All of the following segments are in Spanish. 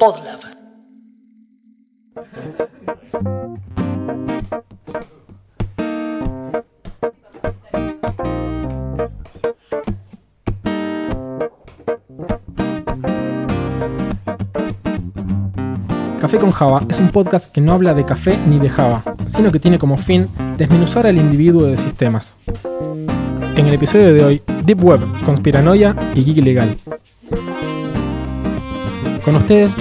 Podlab. Café con Java es un podcast que no habla de café ni de Java, sino que tiene como fin desmenuzar al individuo de sistemas. En el episodio de hoy, Deep Web, Conspiranoia y Geek Legal. Con ustedes,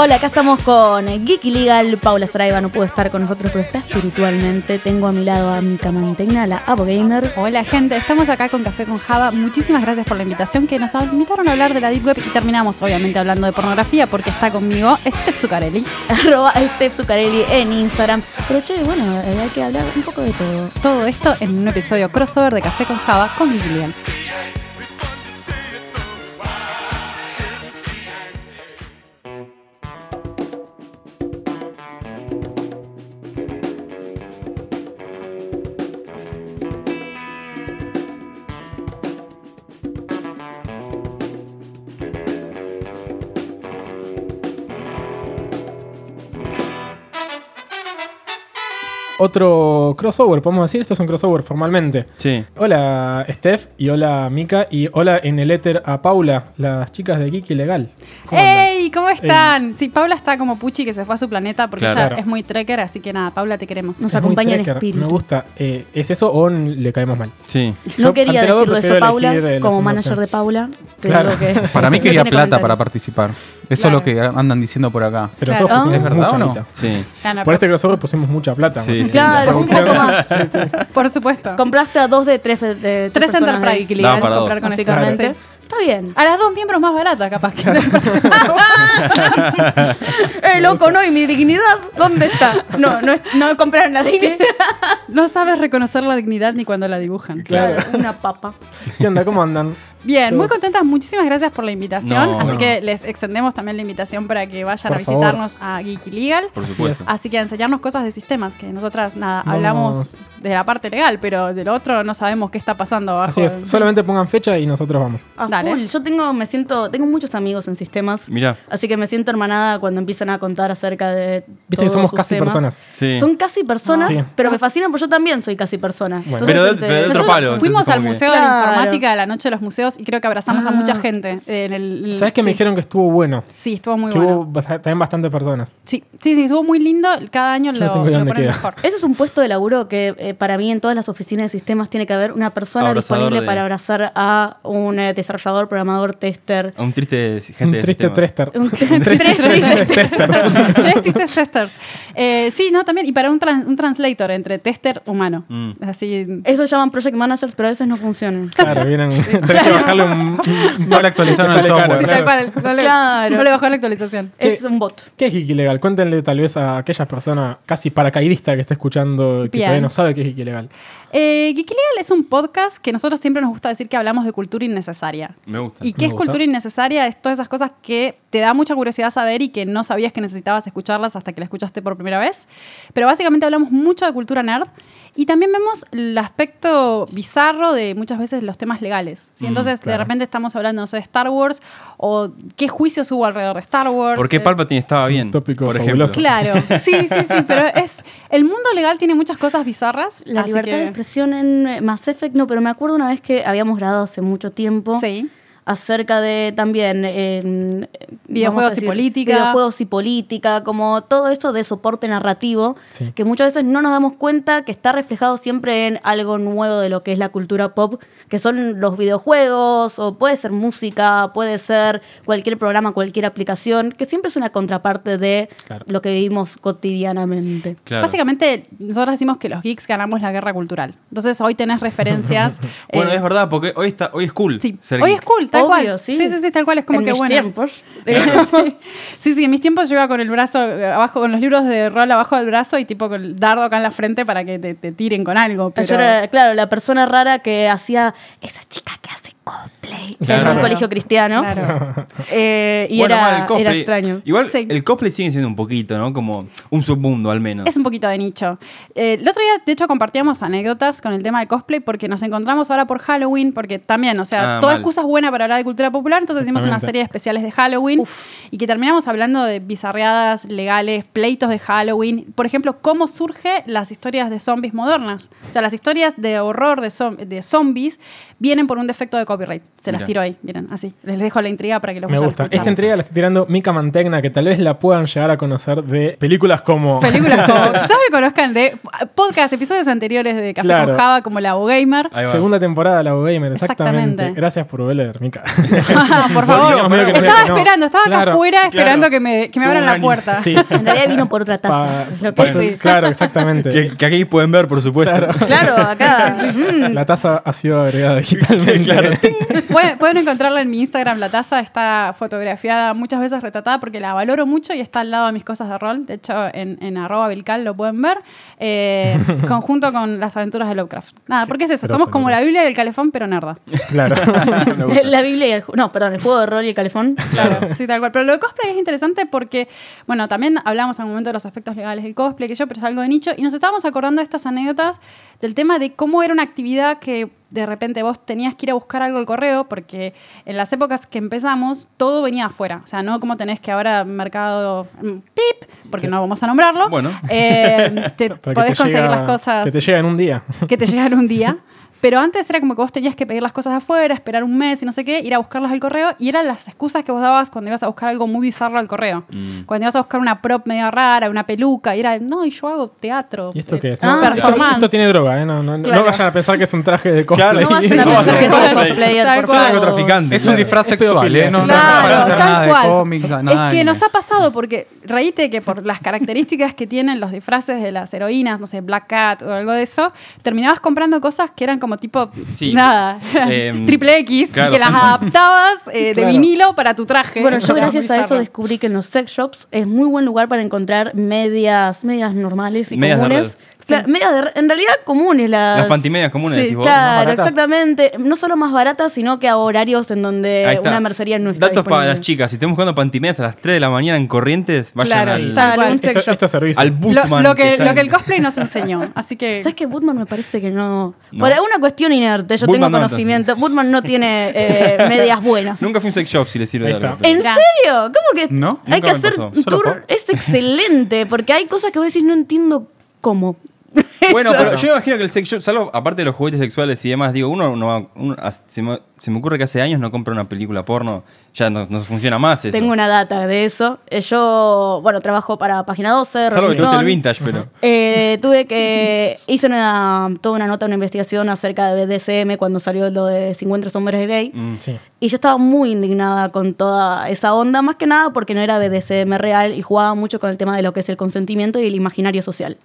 Hola, acá estamos con Geeky Legal. Paula Saraiva no pudo estar con nosotros, pero está espiritualmente. Tengo a mi lado a mi camanteina, la Abogamer. Hola gente, estamos acá con Café con Java. Muchísimas gracias por la invitación que nos invitaron a hablar de la Deep Web y terminamos obviamente hablando de pornografía porque está conmigo Steph Zuccarelli. Arroba Steph Zuccarelli en Instagram. Pero che, bueno, eh, hay que hablar un poco de todo. Todo esto en un episodio crossover de Café con Java con Gillian. otro crossover, podemos decir, esto es un crossover formalmente. Sí. Hola Steph y hola Mika y hola en el éter a Paula, las chicas de Geeky Legal. ¿Cómo andan? ¡Ey! ¿Cómo están? Sí, Paula está como Puchi que se fue a su planeta porque Claro. ella es muy trekker, así que nada, Paula te queremos. Es Nos muy acompaña en tracker, espíritu. Me gusta. Eh, ¿Es eso o n- le caemos mal? Sí. No Yo, quería ante todo, decirlo eso, prefiero Paula. elegir, eh, la Como segunda manager opción. de Paula, te Claro. digo que. Para mí quería tiene plata para comentarios. participar. Eso Claro. es lo que andan diciendo por acá. Pero Claro. nosotros pusimos ¿Es verdad mucha o no? guita. Sí. Ah, no, Por este crossover pusimos mucha plata. Sí, sí. Claro, un Producción. poco más. Por supuesto. Compraste a dos de tres. De, de Tres personas de Enterprise. Geeky Daba Legal, para dos. comprar con Ah, este Claro. básicamente. sí. Está bien. A las dos miembros más baratas, capaz que. ¡Eh, loco, no! ¿Y mi dignidad? ¿Dónde está? No, no, no compraron la dignidad. no sabes reconocer la dignidad ni cuando la dibujan. Claro. Una papa. ¿Qué onda? ¿Cómo andan? Bien, muy contentas, muchísimas gracias por la invitación. No, así no. que les extendemos también la invitación para que vayan Por a visitarnos a Geeky Legal. Por Así Ah, supuesto. Así que a enseñarnos cosas de sistemas, que nosotras nada, Vamos. hablamos de la parte legal, pero del otro no sabemos qué está pasando Así abajo. es, solamente pongan fecha y nosotros vamos. A Dale. full. Yo tengo, me siento, tengo muchos amigos en sistemas. Mirá. Así que me siento hermanada cuando empiezan a contar acerca de. Viste que todos somos sus casi temas. personas. Sí. Son casi personas, Sí. pero me fascinan porque yo también soy casi persona. Bueno. Entonces, Pero de- este, pero de otro Nosotros palo, entonces fuimos como al que- Museo de la Claro. Informática de la Noche de los Museos y creo que abrazamos a mucha gente. en el- Ah, ¿Sabes que me sí. dijeron que estuvo bueno? Sí, estuvo muy que bueno. hubo basa- también bastantes personas. Sí, sí, sí, estuvo muy lindo. Cada año Yo lo, no tengo idea lo dónde ponen queda. mejor. Eso es un puesto de laburo que eh, para mí en todas las oficinas de sistemas tiene que haber una persona Abrazador disponible de- para abrazar a un eh, desarrollador, programador, tester. Un triste gente Un de triste sistema. trester. Un- tres- tres- Tres tristes testers. Eh, sí, no, también. Y para un, tran- un translator entre tester humano. Mm. Así. Eso llaman project managers, pero a veces no funcionan. Claro, vienen. Tenés que bajarle un. un- No le actualizaron que el sale software. caro, Sí, claro. tal cual. No le, Claro. no le bajó la actualización. Che. Es un bot. ¿Qué es geek ilegal? Cuéntenle tal vez a aquella persona casi paracaidista que está escuchando que Bien. todavía no sabe qué es geek ilegal. Eh, Geeky Legal es un podcast que nosotros siempre nos gusta decir que hablamos de cultura innecesaria. Me gusta. ¿Y qué es gusta. cultura innecesaria? Es todas esas cosas que te da mucha curiosidad saber y que no sabías que necesitabas escucharlas hasta que la escuchaste por primera vez. Pero básicamente hablamos mucho de cultura nerd y también vemos el aspecto bizarro de muchas veces los temas legales. ¿sí? Mm, Entonces, claro. de repente estamos hablando, no sé, de Star Wars o qué juicios hubo alrededor de Star Wars. ¿Por qué eh, Palpatine estaba es un bien? tópico por ejemplo. fabuloso. Claro, sí, sí, sí, pero es... El mundo legal tiene muchas cosas bizarras. La así libertad que- de expresión en eh, Mass Effect, no, pero me acuerdo una vez que habíamos grabado hace mucho tiempo Sí. acerca de también en, eh, Videojuegos vamos a y política. Videojuegos y política, como todo eso de soporte narrativo, Sí. que muchas veces no nos damos cuenta que está reflejado siempre en algo nuevo de lo que es la cultura pop, que son los videojuegos, o puede ser música, puede ser cualquier programa, cualquier aplicación, que siempre es una contraparte de Claro. lo que vivimos cotidianamente. Claro. Básicamente, nosotros decimos que los geeks ganamos la guerra cultural. Entonces, hoy tenés referencias. Bueno, eh, es verdad, porque hoy está, hoy es cool. Sí. ser Hoy geek. es cool, tal Tal Obvio, cual. sí. Sí. sí, sí, tal cual. Es como en que mis bueno. tiempos. Sí, sí, en mis tiempos yo iba con el brazo eh, abajo, con los libros de rol abajo del brazo y tipo con el dardo acá en la frente para que te, te tiren con algo. Pero... Ah, Yo era, claro, la persona rara que hacía esa chica que hace cosplay en Claro. un colegio cristiano. Claro. Eh, y Bueno, mal, era, el cosplay- era extraño. Igual Sí. el cosplay sigue siendo un poquito, ¿no? Como un submundo al menos. Es un poquito de nicho. Eh, el otro día, de hecho, compartíamos anécdotas con el tema de cosplay porque nos encontramos ahora por Halloween, porque también, o sea, Ah, toda mal. excusa es buena para hablar de cultura popular, entonces hicimos una Exactamente. serie de especiales de Halloween y que terminamos hablando de bizarreadas legales, pleitos de Halloween. Por ejemplo, cómo surge las historias de zombies modernas. O sea, las historias de horror de, zom- de zombies vienen por un defecto de copyright. Se las Mirá. tiro ahí, miren, así. Les dejo la intriga para que los Me vayan a gusta. escuchar. Esta entrega la está tirando Mika Mantegna, que tal vez la puedan llegar a conocer de películas como. películas como quizás me conozcan de podcast episodios anteriores de Café Claro. Ah, con Java como la Bogamer Ahí va. Segunda temporada de la Gamer, exactamente. Exactamente. Gracias por volver, Mika. Ah, por Dios favor mío, que no estaba diga que no. esperando estaba Claro. acá afuera Claro. esperando que me, que me Tuvo abran un la año. puerta Sí. En realidad vino por otra taza. Pa- es lo que pa- es. sí. Claro, exactamente. Que, que aquí pueden ver, por supuesto. Claro. Claro, acá. La taza ha sido agregada digitalmente. Claro. Pueden, pueden encontrarla en mi Instagram la taza está fotografiada muchas veces retratada porque la valoro mucho y está al lado de mis cosas de rol de hecho en, en arroba vilcal lo pueden ver eh, conjunto con las aventuras de Lovecraft nada porque es eso Pero somos como saludo. la biblia del calefón pero nerda Claro. Me gusta. La Biblia y el ju- No, perdón, el juego de rol y el calefón. Claro, sí, tal cual. Pero lo de cosplay es interesante porque, bueno, también hablamos al momento de los aspectos legales del cosplay, que yo, pero es algo de nicho, y nos estábamos acordando de estas anécdotas del tema de cómo era una actividad que de repente vos tenías que ir a buscar algo al correo, porque en las épocas que empezamos todo venía afuera. O sea, no como tenés que ahora mercado mm, pip, porque no vamos a nombrarlo. Bueno. eh, te Para que podés te conseguir llega- las cosas Que te llega en un día. que te llegan un día. Pero antes era como que vos tenías que pedir las cosas de afuera, esperar un mes y no sé qué, ir a buscarlas al correo. Y eran las excusas que vos dabas cuando ibas a buscar algo muy bizarro al correo. Cuando ibas a buscar una prop media rara, una peluca. Y era, no, y yo hago teatro. ¿Y esto eh, qué es? Ah, No, esto, performance. esto tiene droga, ¿eh? No, no, no Claro. vayan a pensar que es un traje de cosplay. Claro, No vayan a No, pensar no, que es no, un no, cosplayer, por tal Son cual. favor. narcotraficantes, Es un claro. disfraz sexual, pedofilia. ¿eh? No, no, Claro, para hacer tal nada de cual. cómics, nada es que de- nos ha pasado porque reíte que por las características que tienen los disfraces de las heroínas, no sé, Black Cat o algo de eso, terminabas comprando cosas que eran como tipo Sí. nada, Em, triple X claro. y que las adaptabas eh, Claro. de vinilo para tu traje. Bueno, yo Era muy gracias a eso bizarro. descubrí que en los sex shops es muy buen lugar para encontrar medias, medias normales y Medias de comunes. red. Claro, medias de re- en realidad comunes las. Las pantimedias comunes, Sí, decís vos. más Claro, baratas. exactamente. No solo más baratas, sino que a horarios en Ahí donde está. una mercería no está. Datos para disponible. las chicas. Si están buscando pantimedias a las 3 de la mañana en Corrientes, vayan Claro, al, tal Tal cual. cual. Esto, esto es servicio. al Lo, Bootman. lo que, está lo que el en- cosplay nos enseñó. Así que. ¿Sabes que Woodman me parece que no? No. Por alguna cuestión inerte, yo Woodman no, tengo conocimiento. Woodman no tiene eh, medias buenas. Nunca fui a un sex shop si les sirve Ahí de algo. está. ¿En Mirá. serio? ¿Cómo que No, hay que nunca me hacer pasó. un Solo tour? pop. Es excelente, porque hay cosas que a veces no entiendo cómo. Bueno, Eso. pero yo me imagino que el sex shop, salvo aparte de los juguetes sexuales y demás, digo, uno, no va- uno- as- se, me, se me ocurre que hace años no compra una película porno, ya no, no funciona más eso. Tengo una data de eso. Eh, Yo, bueno, trabajo para Página 12, Salvo que Rolling te guste el Stone. vintage, pero. Eh, tuve que. Hice una, toda una nota, una investigación acerca de BDSM cuando salió lo de 50 Hombres Grey. Mm. Sí. Y yo estaba muy indignada con toda esa onda, más que nada porque no era BDSM real y jugaba mucho con el tema de lo que es el consentimiento y el imaginario social.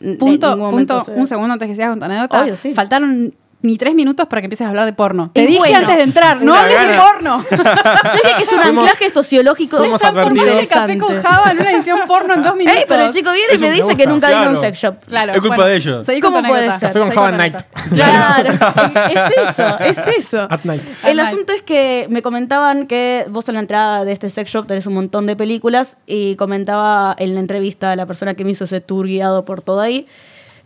En punto, ningún momento punto, se- un segundo antes que sigas con tu anécdota. Obvio, sí. Faltaron ni tres minutos para que empieces a hablar de porno. Te Y dije bueno. antes de entrar, no Una hables de gana. porno. Yo dije que es un Fuimos- anclaje sociológico. fuimos Transformaste advertidos. el café con Java en una edición porno en dos minutos. Ey, pero el chico viene y Eso me me dice gusta. que nunca vino a un Claro. sex shop. Claro, Es culpa de ellos. Seguí con tu ¿Cómo puede anécdota, ser? seguí Café con Java tu anécdota. Night. Claro, es eso, es eso. At night. El At night. asunto es que me comentaban que vos en la entrada de este sex shop tenés un montón de películas y comentaba en la entrevista a la persona que me hizo ese tour guiado por todo ahí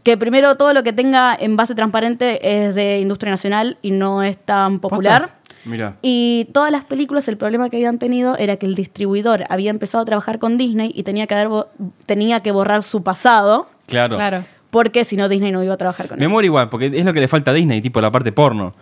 que primero todo lo que tenga en base transparente es de industria nacional y no es tan popular. Mira. Y todas las películas, el problema que habían tenido era que el distribuidor había empezado a trabajar con Disney y tenía que, haber bo- tenía que borrar su pasado, Claro. Claro. porque si no Disney no iba a trabajar con él. Me muero igual, porque es lo que le falta a Disney, tipo la parte porno.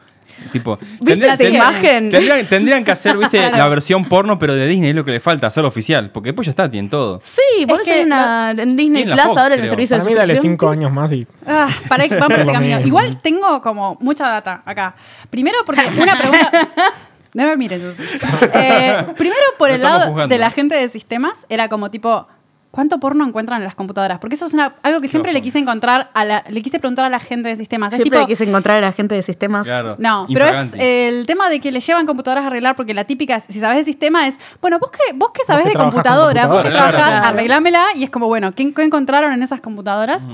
Tipo, ¿Viste esa tendrían- imagen? Tendrían, tendrían que hacer, viste, Claro. la versión porno, pero de Disney es lo que le falta, hacerlo oficial. Porque después ya está, tienen todo. Sí, por Es eso que hay una, en Disney tiene la Plus Fox, ahora en el creo. servicio Para de mí dale suscripción. cinco años más y... Ah, para, vamos por ese Lo camino. mismo. Igual tengo como mucha data acá. Primero porque una pregunta... No me mires así. Eh, primero por Lo el estamos lado juzgando. de la gente de sistemas, era como tipo... ¿Cuánto porno encuentran en las computadoras? Porque eso es una, algo que siempre Ojo. le quise encontrar a la, le quise preguntar a la gente de sistemas. Es Siempre tipo- quise encontrar a la gente de sistemas. Claro. No, pero es eh, Infraganti. el tema de que le llevan computadoras a arreglar, porque la típica, es, si sabes de sistema, es, bueno, vos que, vos que sabés que de trabajás con computadora, vos que computadora, trabajás, claro. arreglámela, y es como, bueno, ¿qué, qué encontraron en esas computadoras?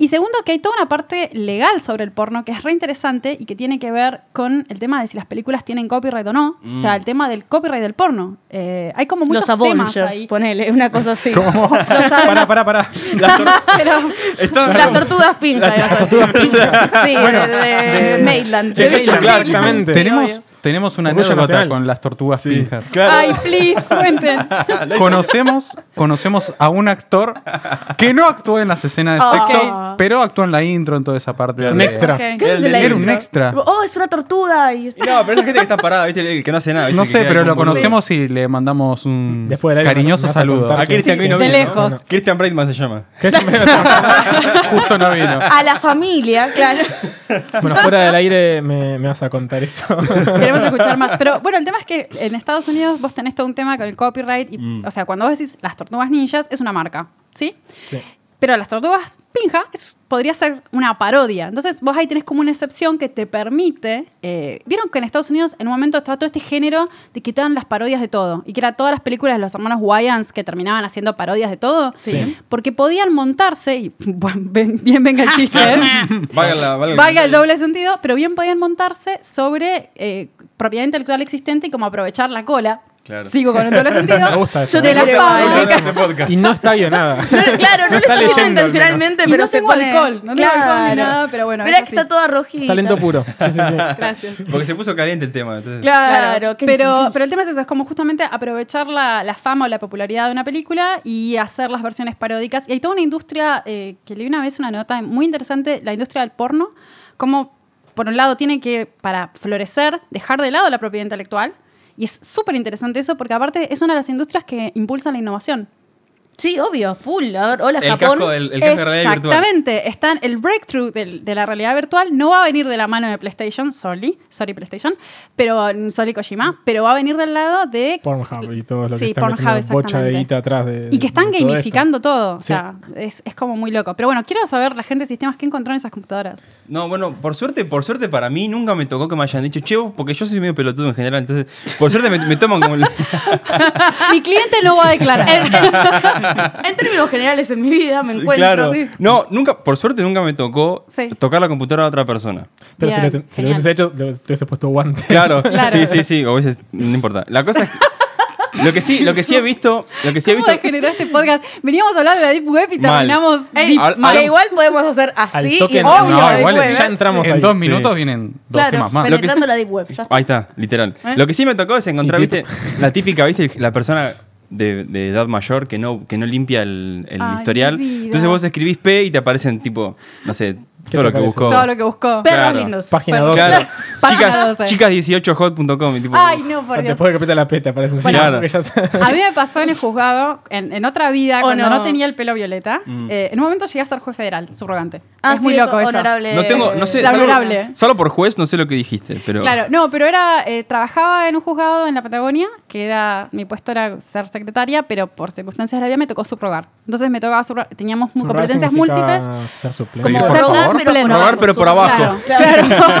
Y segundo, que hay toda una parte legal sobre el porno que es re interesante y que tiene que ver con el tema de si las películas tienen copyright o no. O Mm. sea, el tema del copyright del porno. Eh, hay como muchos Los temas Avengers, pues. ahí. ponele, una cosa así. ¿Cómo? Pará, pará, pará. Las tor- Pero, Está- Las tortugas pintas. Sí, Bueno, de, de de- Maitland. Sí, de eso es Maitland. claro, exactamente. Tenemos, obvio. tenemos una Orgullo anécdota nacional. con las tortugas pinjas. Claro. ay, please, cuenten. Conocemos, conocemos a un actor que no actuó en las escenas de Ah. sexo, pero actuó en la intro, en toda esa parte. Claro. de- Un extra. Ok. ¿Qué es Era la un intro? extra. Oh, es una tortuga. y- Y No, pero es la gente que está parada, ¿viste? El que no hace nada. ¿viste? No Que sé, queda pero como lo un boludo. conocemos y le mandamos un Después del aire cariñoso nos vas a saludo. contar A Christian Sí, Grey no de vino, ¿no? lejos. Bueno. Christian Braidman se llama. ¿Qué? Justo no vino. A la familia, claro. bueno, fuera del aire me, me vas a contar eso. Queremos escuchar más. Pero bueno, el tema es que en Estados Unidos vos tenés todo un tema con el copyright. y- Mm. O sea, cuando vos decís las tortugas ninjas, es una marca, ¿sí? Sí. Pero las tortugas pinja es- podría ser una parodia. Entonces vos ahí tenés como una excepción que te permite... eh, Vieron que en Estados Unidos en un momento estaba todo este género de que estaban las parodias de todo. Y que eran todas las películas de los hermanos Wayans que terminaban haciendo parodias de todo. Sí. Porque podían montarse, y bueno, ven- bien venga el chiste, ¿eh? Valga, la, valga, Valga el doble sentido, pero bien podían montarse sobre eh, propiedad intelectual existente y como aprovechar la cola. Claro. Sigo con el doble sentido. Me gusta eso. Yo te De la la Valga fama. el fábrica. doble podcast. Y no está guionada. No, claro, no, lo está está haciendo leyendo, al intencionalmente, menos. Y pero no se tengo pone... alcohol, no tengo alcohol ni nada, pero bueno, Mirá es que así. está toda rojita. Talento puro. Sí, sí, sí. Gracias. Porque se puso caliente el tema. Entonces, Claro, qué pero, pero el tema es eso, es como justamente aprovechar la, la fama o la popularidad de una película y hacer las versiones paródicas. Y hay toda una industria, eh, que leí una vez una nota muy interesante, la industria del porno, como por un lado tiene que, para florecer, dejar de lado la propiedad intelectual. Y es súper interesante eso porque aparte es una de las industrias que impulsan la innovación. Sí, obvio, full. A ver, hola, el Japón. casco, el, el casco de realidad virtual. Exactamente. Están, el breakthrough del- de la realidad virtual no va a venir de la mano de PlayStation, sorry, sorry PlayStation, pero mm, sorry Kojima, pero va a venir del lado de Pornhub y todo lo que Sí, está Pornhub, metiendo bocha de exactamente. guita atrás de Y que están de todo esto. gamificando todo. O Sí. sea, es, es como muy loco. Pero bueno, quiero saber la gente de sistemas que encontró en esas computadoras. No, bueno, por suerte, por suerte para mí nunca me tocó que me hayan dicho, che, vos", porque yo soy medio pelotudo en general, entonces, por suerte me, me toman como... el- Mi cliente no va a declarar. En, en- en términos generales en mi vida me Sí, encuentro. claro. sí. No, nunca, por suerte nunca me tocó Sí. tocar la computadora de otra persona. Pero si lo, Bien, si lo genial. hubieses hecho, le te hubieses puesto guantes. Claro, Claro. sí, sí, sí, o a veces, no importa. La cosa es que- lo que sí, lo que sí he visto, lo que sí he ¿Cómo visto... degeneró este podcast? Veníamos a hablar de la Deep Web y Mal. terminamos Ey, deep- ahora- mal. ahora- pero igual podemos hacer así y toque en no, términos no, de igual web, ya entramos en ahí. dos Sí. minutos vienen dos Claro, temas más. Lo que penetrando sí- la deep web. ya está. Ahí está, literal. ¿Eh? Lo que sí me tocó es encontrar, Y viste, la típica, viste, la persona de, de edad mayor que no, que no limpia el, el Ay, historial. mi vida. Entonces vos escribís P y te aparecen tipo, no sé, ¿Qué todo te lo que parece? buscó. todo lo que buscó. Perros Claro. lindos. Página Bueno, 12. Claro. Página chicas, 12. chicas 18hot.com. y tipo, Ay, no, por Dios. Después de Capita la Peta, aparece encima. Bueno. porque ya está- A mí me pasó en el juzgado, en, en otra vida, Oh, cuando no. no. tenía el pelo violeta. eh, en un momento llegué a ser juez federal, subrogante. Ah, es muy sí, loco eso. Honorable. No tengo, no sé, La solo, vulnerable. solo por juez no sé lo que dijiste, pero Claro, no, pero era, eh, trabajaba en un juzgado en la Patagonia, que era, mi puesto era ser secretaria, pero por circunstancias de la vida me tocó subrogar. Entonces me tocaba subrogar, teníamos mu- Subrogar competencias significa múltiples. Ser suplente. Como- Como rogar, Por favor. pero por Rogar, abajo. pero por abajo. Claro. Claro,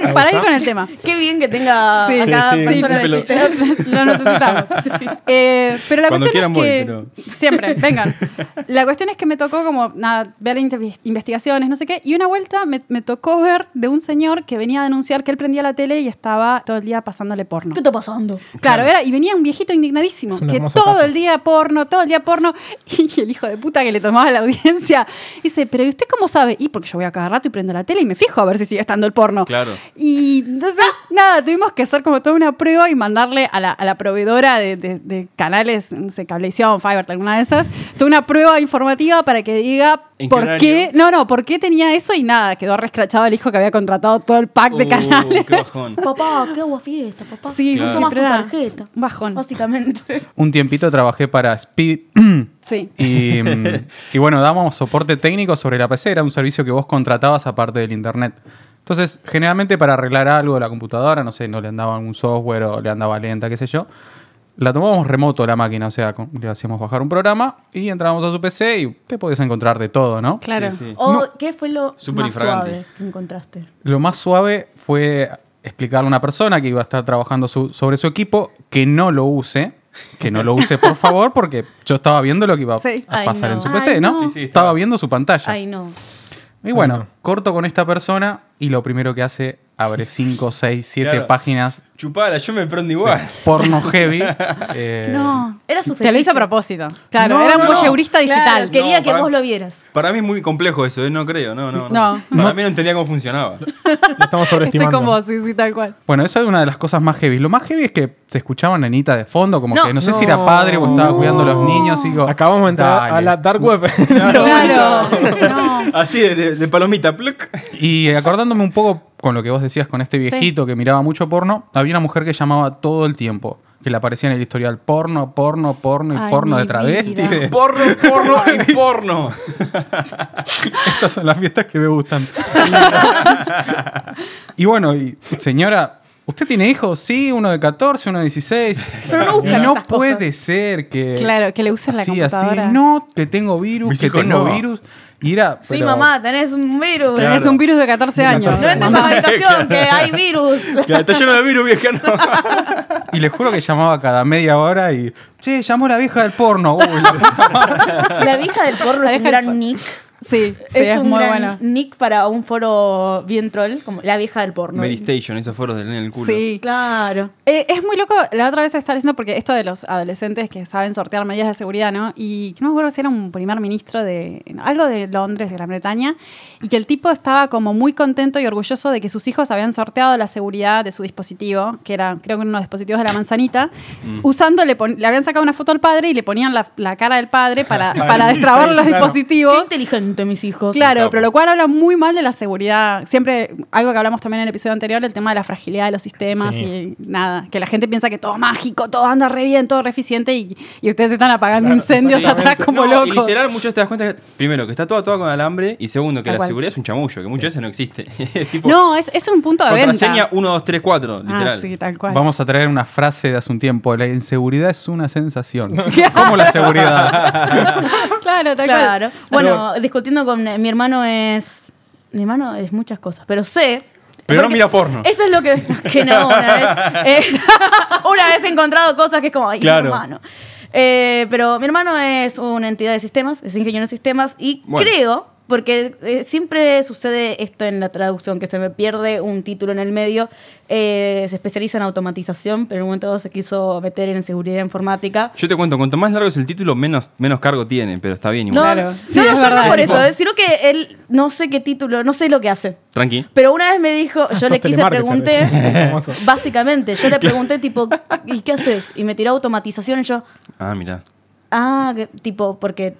claro. Para ir con el tema. Qué bien que tenga Sí, acá sí, sí, persona un de pelo- Twitter. lo necesitamos. Eh, pero la Cuando cuestión es que... quieran voy, Siempre, vengan. La cuestión es que me tocó como, nada, ver inve- investigaciones, no sé qué, y una vuelta me, me tocó ver de un señor que venía a denunciar que él prendía la tele y estaba todo el día pasándole porno. ¿Qué está pasando? Claro, era, y venía un viejito indignadísimo, Es una que hermosa todo frase. el día porno, todo el día porno, y el hijo de puta que le tomaba la audiencia, dice, pero ¿y usted cómo sabe? Y porque yo voy a cada rato y prendo la tele y me fijo a ver si sigue estando el porno. Claro. Y entonces, nada, tuvimos que hacer como toda una prueba y mandarle a la, a la proveedora de, de- de canales, no sé, Cablevisión, Fiverr, alguna de esas, toda una prueba informativa para que diga ¿En qué por horario? qué, no, no, por qué tenía eso y nada, quedó rescrachado el hijo que había contratado todo el pack de Uh, canales. qué bajón. Papá, qué agua fiesta, papá. Sí, Claro. no sí, uso más tu pero era tarjeta. un bajón. Básicamente. Un tiempito trabajé para Speed Sí. y, mm, y bueno, dábamos soporte técnico sobre la PC, era un servicio que vos contratabas aparte del internet. Entonces, generalmente para arreglar algo de la computadora, no sé, no le andaba algún software o le andaba lenta, qué sé yo, La tomábamos remoto la máquina, o sea, con- le hacíamos bajar un programa y entrábamos a su PC y te podías encontrar de todo, ¿no? Claro. Sí, sí. ¿O qué fue lo Súper más infragante. suave que encontraste? Lo más suave fue explicarle a una persona que iba a estar trabajando su- sobre su equipo que no lo use. Que no lo use, por favor, porque yo estaba viendo lo que iba Sí. a Ay, pasar no. en su PC, Ay, ¿no? no. Sí, sí, estaba estaba. viendo su pantalla. Ay, no. Y bueno, No. corto con esta persona y lo primero que hace, abre 5, 6, 7 Claro. páginas Chupala, yo me prendo igual. porno heavy. eh, No. Era su Te lo hice fetiche. a propósito. Claro, No, era un no, no. voyeurista Claro, digital. quería No, que para- vos lo vieras. Para mí es muy complejo eso, ¿eh? no creo, no, no. No. Para mí no entendía cómo funcionaba. Lo estamos Estoy sobreestimando. con vos, sí, sí, tal cual. Bueno, eso es una de las cosas más heavy. Lo más heavy es que se escuchaba nenita de fondo, como No. que no sé No. si era padre o estaba cuidando a los niños. y digo, Acabamos de entrar dale. a la dark web. Claro. No. Así de, de- de palomita, pluc. Y eh, acordándome un poco con lo que vos decías con este Sí. viejito que miraba mucho porno, había una mujer que llamaba todo el tiempo, que le aparecía en el historial porno, porno, porno y Ay, porno mi de travesti. vida. de- Porno, porno y porno. Estas son las fiestas que me gustan. y bueno, y, señora, ¿usted tiene hijos? Sí, uno de 14, uno de 16. Pero no buscan No esas cosas. puede ser que... Claro, que le usen la así, computadora. Así, no, que tengo virus, Mis que hijos tengo no. virus. Y era... Sí, pero- mamá, tenés un virus. Claro. Es un virus de 14 años. No entres a la habitación, que hay virus. Claro, está lleno de virus, vieja, no. Y le juro que llamaba cada media hora y... Che, llamó la vieja del porno. Uy, la- La vieja del porno La es un vieja del gran porno. nick. Sí, sí, Es, es, un muy gran bueno. nick para un foro bien troll, como la vieja del porno. Mary Station, esos foros del en el culo. Sí, Claro. Eh, es muy loco, la otra vez estaba diciendo, porque esto de los adolescentes que saben sortear medidas de seguridad, ¿no? Y no me acuerdo si era un primer ministro de algo de Londres, de Gran Bretaña, y que el tipo estaba como muy contento y orgulloso de que sus hijos habían sorteado la seguridad de su dispositivo, que era creo que uno de los dispositivos de la manzanita, usando, le, pon- le habían sacado una foto al padre y le ponían la, la cara del padre para, para destrabar los Claro. Qué dispositivos. inteligente, mis hijos. Claro, capo. pero lo cual habla muy mal de la seguridad. Siempre, algo que hablamos también en el episodio anterior, el tema de la fragilidad de los sistemas Sí. y nada. Que la gente piensa que todo es mágico, todo anda re bien, todo re eficiente y, y ustedes están apagando incendios atrás como No, Y locos. literal, muchas te das cuenta, que, primero, que está toda toda con alambre y segundo, que Tal la cual. seguridad es un chamullo, que muchas veces no existe. Es tipo, No, es, es un punto de contraseña venta. 1, 2, 3, 4, literal. Ah, sí, tal cual. Vamos a traer una frase de hace un tiempo. La inseguridad es una sensación. ¿Cómo la seguridad? claro, tal Claro. cual. Bueno, discutiendo con eh, mi hermano es. Mi hermano es muchas cosas, pero sé. Pero no porque mira porno. Eso es lo que. Que no, una vez. eh, una vez he encontrado cosas que es como. Ay, mi Claro. hermano. Eh, pero mi hermano es una entidad de sistemas, es ingeniero en sistemas y Bueno. creo. Porque eh, siempre sucede esto en la traducción, que se me pierde un título en el medio. Eh, se especializa en automatización, pero en un momento dado se quiso meter en seguridad informática. Yo te cuento, cuanto más largo es el título, menos, menos cargo tiene, pero está bien No, igual. Claro. no, Sí, no, es yo verdad. no por Tipo- eso, eh, sino que él no sé qué título, no sé lo que hace. Tranqui. Pero una vez me dijo, yo Ah, sos le quise telemarketer, ese pregunté, famoso. básicamente, yo le pregunté tipo, ¿y qué haces? Y me tiró automatización y yo, Ah, mira. ah, que- tipo, porque...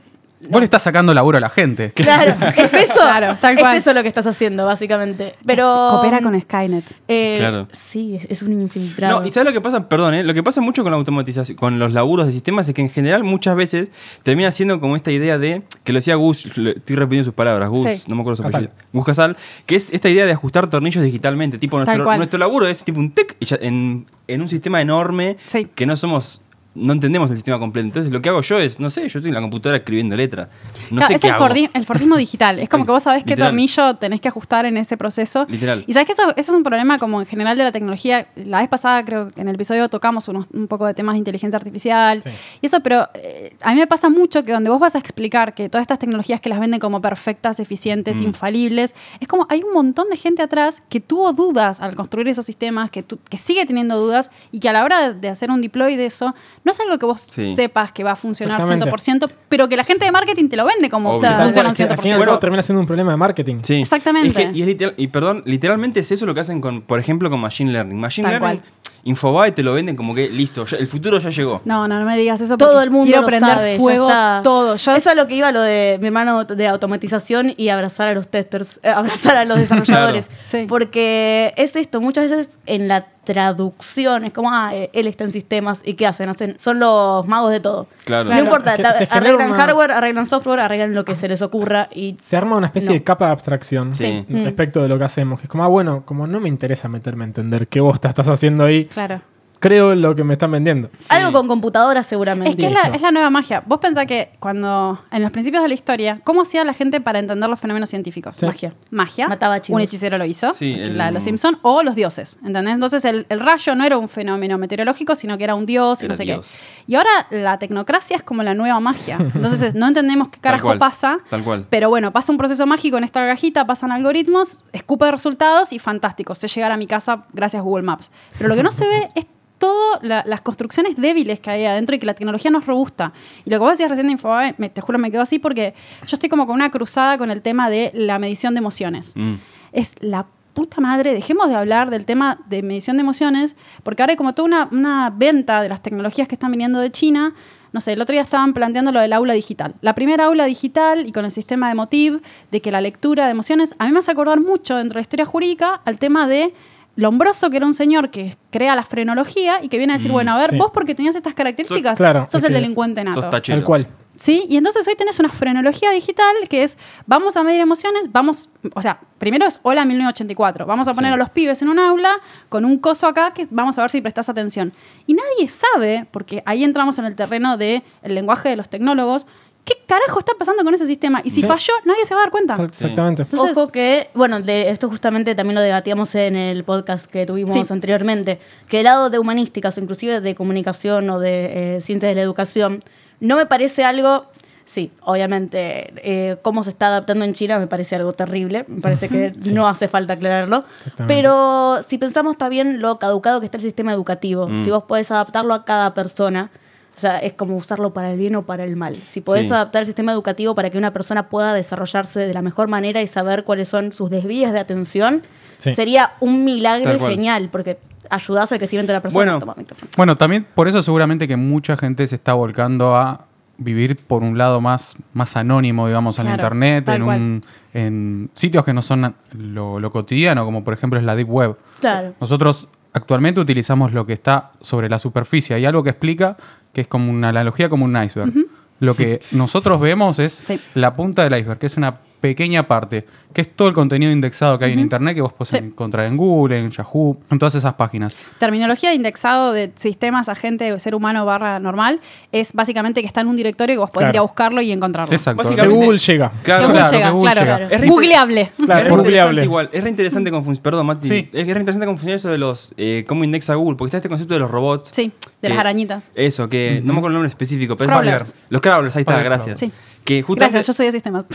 Vos le estás sacando laburo a la gente. Claro, es eso. Claro, tal cual. Es eso lo que estás haciendo, básicamente. Pero... Coopera con Skynet. eh, Claro. Sí, es- es un infiltrado. No, y ¿sabes lo que pasa? Perdón, ¿eh? lo que pasa mucho con la automatización, con los laburos de sistemas es que en general muchas veces termina siendo como esta idea de, que lo decía Gus, le- estoy repitiendo sus palabras, Gus, Sí. no me acuerdo su Casal. apellido, Gus Casal, que es esta idea de ajustar tornillos digitalmente, tipo Tal nuestro, cual. nuestro laburo es tipo un tec y ya en, en un sistema enorme Sí. que no somos... No entendemos el sistema completo. Entonces, lo que hago yo es, no sé, yo estoy en la computadora escribiendo letras. No Claro, sé es qué el, hago. fordi- el fordismo digital. Es como que vos sabés qué Literal. tornillo tenés que ajustar en ese proceso. Literal. Y sabés que eso, eso es un problema como en general de la tecnología. La vez pasada creo que en el episodio tocamos unos- un poco de temas de inteligencia artificial Sí. y eso, pero eh, a mí me pasa mucho que donde vos vas a explicar que todas estas tecnologías que las venden como perfectas, eficientes, Mm. infalibles, es como hay un montón de gente atrás que tuvo dudas al construir esos sistemas, que, tu- que sigue teniendo dudas y que a la hora de hacer un deploy de eso, no es algo que vos Sí. sepas que va a funcionar Exactamente. 100%, pero que la gente de marketing te lo vende como Obvio. que Tal funciona un Al final 100%. Bueno, termina siendo un problema de marketing. Sí. Exactamente. Es que- y, es literal- y perdón, literalmente es eso lo que hacen con, por ejemplo, con Machine Learning. Machine Tal Learning, cual. Infobae te lo venden como que listo, ya- el futuro ya llegó. No, no, no me digas eso. todo Ah, porque el mundo quiero lo prender sabe, ya fuego está. todo. Yo Eso es lo que iba lo de mi hermano de automatización y abrazar a los testers, eh, abrazar a los desarrolladores. Claro. Sí. Porque es esto, muchas veces en la traducción es como, ah, eh, él está en sistemas y ¿qué hacen? hacen son los magos de todo. Claro. Claro. No importa, Es que ta- se genera arreglan una- hardware, arreglan software, arreglan lo que se les ocurra y Se arma una especie No. de capa de abstracción Sí. Mm. respecto de lo que hacemos. Que es como, ah, bueno, como no me interesa meterme a entender qué vos estás haciendo ahí, Claro. creo en lo que me están vendiendo. Algo con computadoras seguramente. Es que es la, es la nueva magia. Vos pensás que cuando, en los principios de la historia, ¿cómo hacía la gente para entender los fenómenos científicos? Sí. Magia. Magia. Mataba chinos. Un hechicero lo hizo. Sí, el- la de los Simpson. O los dioses. ¿Entendés? Entonces el, el rayo no era un fenómeno meteorológico, sino que era un dios y Era no sé dios. qué. Y ahora la tecnocracia es como la nueva magia. Entonces es- no entendemos qué Tal carajo cual, pasa. tal cual. Pero bueno, pasa un proceso mágico en esta cajita, pasan algoritmos, escupe resultados y fantástico. Sé llegar a mi casa gracias a Google Maps. Pero lo que no se ve es todas las construcciones débiles que hay adentro y que la tecnología no es robusta. Y lo que vos decías recién de Infobae, me- te juro, me quedo así porque yo estoy como con una cruzada con el tema de la medición de emociones. Mm. Es la puta madre, dejemos de hablar del tema de medición de emociones, porque ahora hay como toda una, una venta de las tecnologías que están viniendo de China. No sé, el otro día estaban planteando lo del aula digital. La primera aula digital y con el sistema de Motiv, de que la lectura de emociones, a mí me hace acordar mucho dentro de la historia jurídica al tema de Lombroso, que era un señor que crea la frenología y que viene a decir, bueno, a ver, Mm, sí. vos porque tenías estas características, Sos- claro, sos es el que- delincuente nato. Sos tachero. Tal cual. ¿Sí? Y entonces hoy tenés una frenología digital que es, vamos a medir emociones, vamos, o sea, primero es hola 1984, vamos a poner Sí. a los pibes en un aula con un coso acá que vamos a ver si prestás atención. Y nadie sabe, porque ahí entramos en el terreno del lenguaje de los tecnólogos, qué carajo está pasando con ese sistema. Y si Sí. falló, nadie se va a dar cuenta. Tal- Sí. Exactamente. Entonces- Ojo que, bueno, de esto justamente también lo debatíamos en el podcast que tuvimos Sí. anteriormente, que el lado de humanísticas o inclusive de comunicación o de eh, ciencias de la educación, no me parece algo, sí, obviamente, eh, cómo se está adaptando en China me parece algo terrible, me parece que no hace falta aclararlo, Exactamente. pero si pensamos también lo caducado que está el sistema educativo, Mm. si vos podés adaptarlo a cada persona. O sea, es como usarlo para el bien o para el mal. Si podés Sí. adaptar adaptar el sistema educativo para que una persona pueda desarrollarse de la mejor manera y saber cuáles son sus desvíos de atención, Sí. sería un milagro Tal y cual. genial, porque ayudás al crecimiento de la persona. Bueno. Toma micrófono. Bueno, también por eso seguramente que mucha gente se está volcando a vivir por un lado más, más anónimo, digamos, en Claro, internet, tal en, un- en sitios que no son lo, lo cotidiano, como por ejemplo es la Deep Web. Claro. Nosotros actualmente utilizamos lo que está sobre la superficie. Hay algo que explica que es como una analogía como un iceberg. Lo que nosotros vemos es Sí. la punta del iceberg, que es una pequeña parte, que es todo el contenido indexado que hay en internet que vos podés Sí. encontrar en Google, en Yahoo, en todas esas páginas. Terminología de indexado de sistemas agente ser humano barra normal es básicamente que está en un directorio y que vos podés Claro. ir a buscarlo y encontrarlo. Exacto. Que Básicamente- Google llega. Claro, Google claro. llega, que Google claro. llega. Es re- Googleable. Claro, es re googleable. interesante igual, es re interesante confundir, perdón Mati, Sí. es re interesante confundir eso de los, eh, cómo indexa Google, porque está este concepto de los robots. Sí, de las que- arañitas. Eso, que no me acuerdo el nombre específico, pero Crawlers. es- los crawlers, ahí está, Crawlers. gracias. Sí. Que justamente, Gracias, yo soy de sistemas.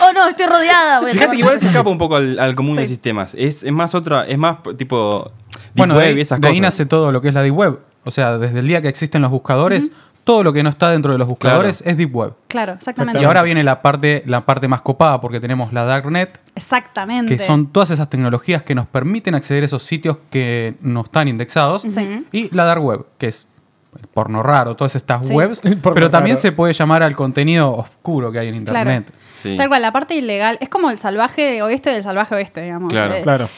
oh no, estoy rodeada. voy a Fíjate que tomar- igual se escapa un poco al, al común de Sí. sistemas, es, es más otra, es más p- tipo deep Bueno, de, web ahí- y esas de ahí cosas. nace todo lo que es la Deep Web. O sea, desde el día que existen los buscadores, todo lo que no está dentro de los buscadores es Deep Web. claro, exactamente. Y ahora viene la parte, la parte más copada, porque tenemos la Darknet, Exactamente. que son todas esas tecnologías que nos permiten acceder a esos sitios que no están indexados. Sí. Y la Dark Web, que es el porno raro, todas estas Sí. webs. El porno Pero también raro. se puede llamar al contenido oscuro que hay en Claro. Internet. Sí. Tal cual, la parte ilegal es como el salvaje oeste del salvaje oeste, digamos. Claro. Eh, Claro.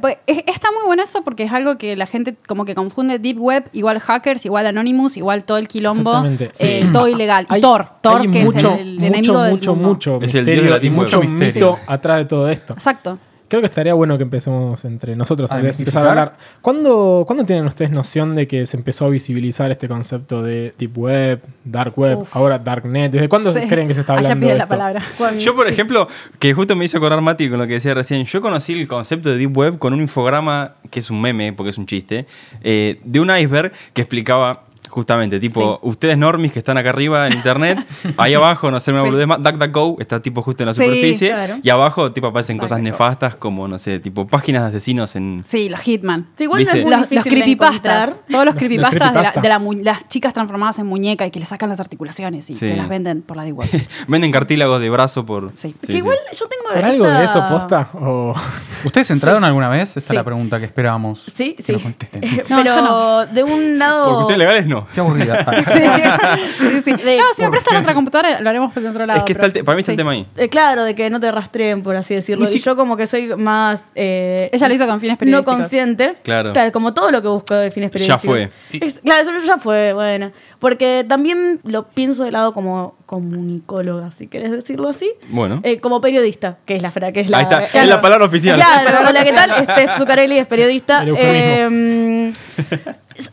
pues, es- Está muy bueno eso porque es algo que la gente como que confunde Deep Web, igual hackers, igual Anonymous, igual todo el quilombo, Exactamente, eh, sí. todo ilegal. Y Hay- Thor, Thor hay que mucho, es el enemigo mucho, del mucho, mundo. mucho Es el dios de misterio la y Deep Web. mucho Mucho mito misterio. atrás de todo esto. Exacto. Creo que estaría bueno que empecemos entre nosotros ¿A tal vez, empezar a desmitificar? hablar. ¿Cuándo, cuándo tienen ustedes noción de que se empezó a visibilizar este concepto de Deep Web, Dark Web, Uf. ahora Darknet? ¿Desde cuándo Sí. creen que se está Allá hablando pide de la esto? palabra. Cuando- Yo, por ejemplo, que justo me hizo acordar Mati con lo que decía recién, yo conocí el concepto de Deep Web con un infograma, que es un meme, porque es un chiste, eh, de un iceberg que explicaba justamente, tipo, ustedes normis que están acá arriba en internet, ahí abajo, no sé, una Sí. boludez más, DuckDuckGo está tipo justo en la Sí, superficie, claro. y abajo tipo aparecen cosas DuckDuckGo. nefastas como, no sé, tipo páginas de asesinos en... Sí, los Hitman. Sí, igual no Viste. es muy Los, los difícil de creepypastas. encontrar. Todos los Los creepypastas, creepypastas. De, la- de la mu- las chicas transformadas en muñeca y que le sacan las articulaciones y Sí. que las venden por la Deep Web. Venden cartílagos de brazo por... Sí. que igual yo tengo ¿Por algo de eso esta- posta? O- ¿Ustedes entraron alguna vez? Esta Sí. es la pregunta que esperábamos. Sí, Que sí. nos contesten. No, Pero yo no. de un lado... Porque ustedes legales no. bueno. Qué aburrida. Sí, sí, sí. De- No, si me ¿Por prestan qué? otra computadora, lo haremos por otro lado. es que está pero- el te- para mí está el sí. tema ahí. Eh, claro, de que no te rastreen, por así decirlo. Ni Y si- yo como que soy más... eh, Ella lo hizo con fines No periodísticos. consciente. Claro. como todo lo que busco de fines Ya periodísticos. fue. Es- claro, eso ya fue, bueno. Porque también lo pienso de lado como comunicóloga, si querés decirlo así. Bueno. Eh, como periodista, que es la fra- que es la, eh, Ahí está, es la palabra oficial. Claro, hola, ¿qué tal? Este Zuccarelli es periodista. El eufemismo. Eh,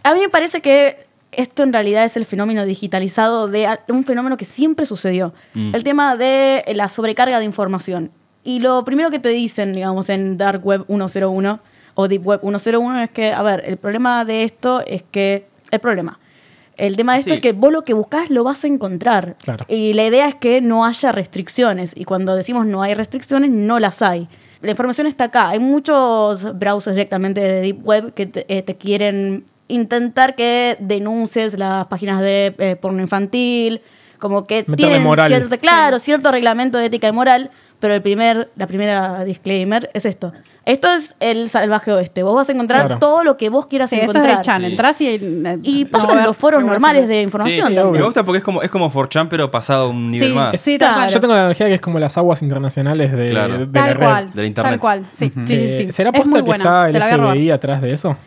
a mí me parece que esto en realidad es el fenómeno digitalizado de a- un fenómeno que siempre sucedió. Mm. El tema de eh, la sobrecarga de información. Y lo primero que te dicen, digamos, en Dark Web 101 o Deep Web 101 es que, a ver, el problema de esto es que... El problema. El tema de esto Sí. es que vos lo que buscás lo vas a encontrar. Claro. Y la idea es que no haya restricciones. Y cuando decimos no hay restricciones, no las hay. La información está acá. Hay muchos browsers directamente de Deep Web que te, eh, te quieren intentar que denuncies las páginas de eh, porno infantil, como que Meterle tienen moral. cierto, claro, cierto reglamento de ética y moral, pero el primer, la primera disclaimer es esto. Esto es el salvaje oeste. Vos vas a encontrar Claro. todo lo que vos quieras Sí, esto es encontrar. de Chan. Sí. Entrás y. eh, y no pasan va a haber los foros normales de regulaciones. información. Sí, también. me gusta porque es como, es como 4chan, pero pasado a un nivel Sí, más. sí, tal Claro. cual. Yo tengo la energía que es como las aguas internacionales de, Claro. de la Tal red. cual. de la internet. Tal cual, sí. sí, Eh, sí, sí. ¿Será Es muy posta que buena, está te el la voy a robar. FBI atrás de eso?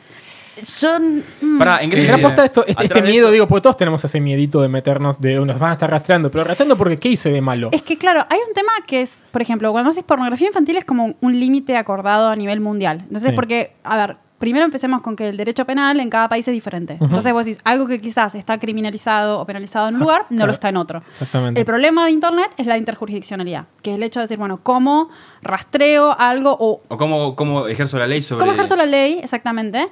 Yo n- Pará, ¿en qué ¿Será sentido? posta esto, este, este Atrás de miedo? esto- Digo, porque todos tenemos ese miedito de meternos, de nos van a estar rastreando, pero rastreando porque ¿qué hice de malo? Es que claro, hay un tema que es, por ejemplo, cuando haces pornografía infantil es como un, un límite acordado a nivel mundial. Entonces, Sí. porque, a ver, primero empecemos con que el derecho penal en cada país es diferente. Ujú. Ah, Entonces vos decís, algo que quizás está criminalizado o penalizado en un lugar, no claro. lo está en otro. Exactamente. El problema de Internet es la interjurisdiccionalidad, que es el hecho de decir, bueno, ¿cómo rastreo algo o ¿O cómo, cómo ejerzo la ley sobre...? ¿Cómo ejerzo la ley? Exactamente.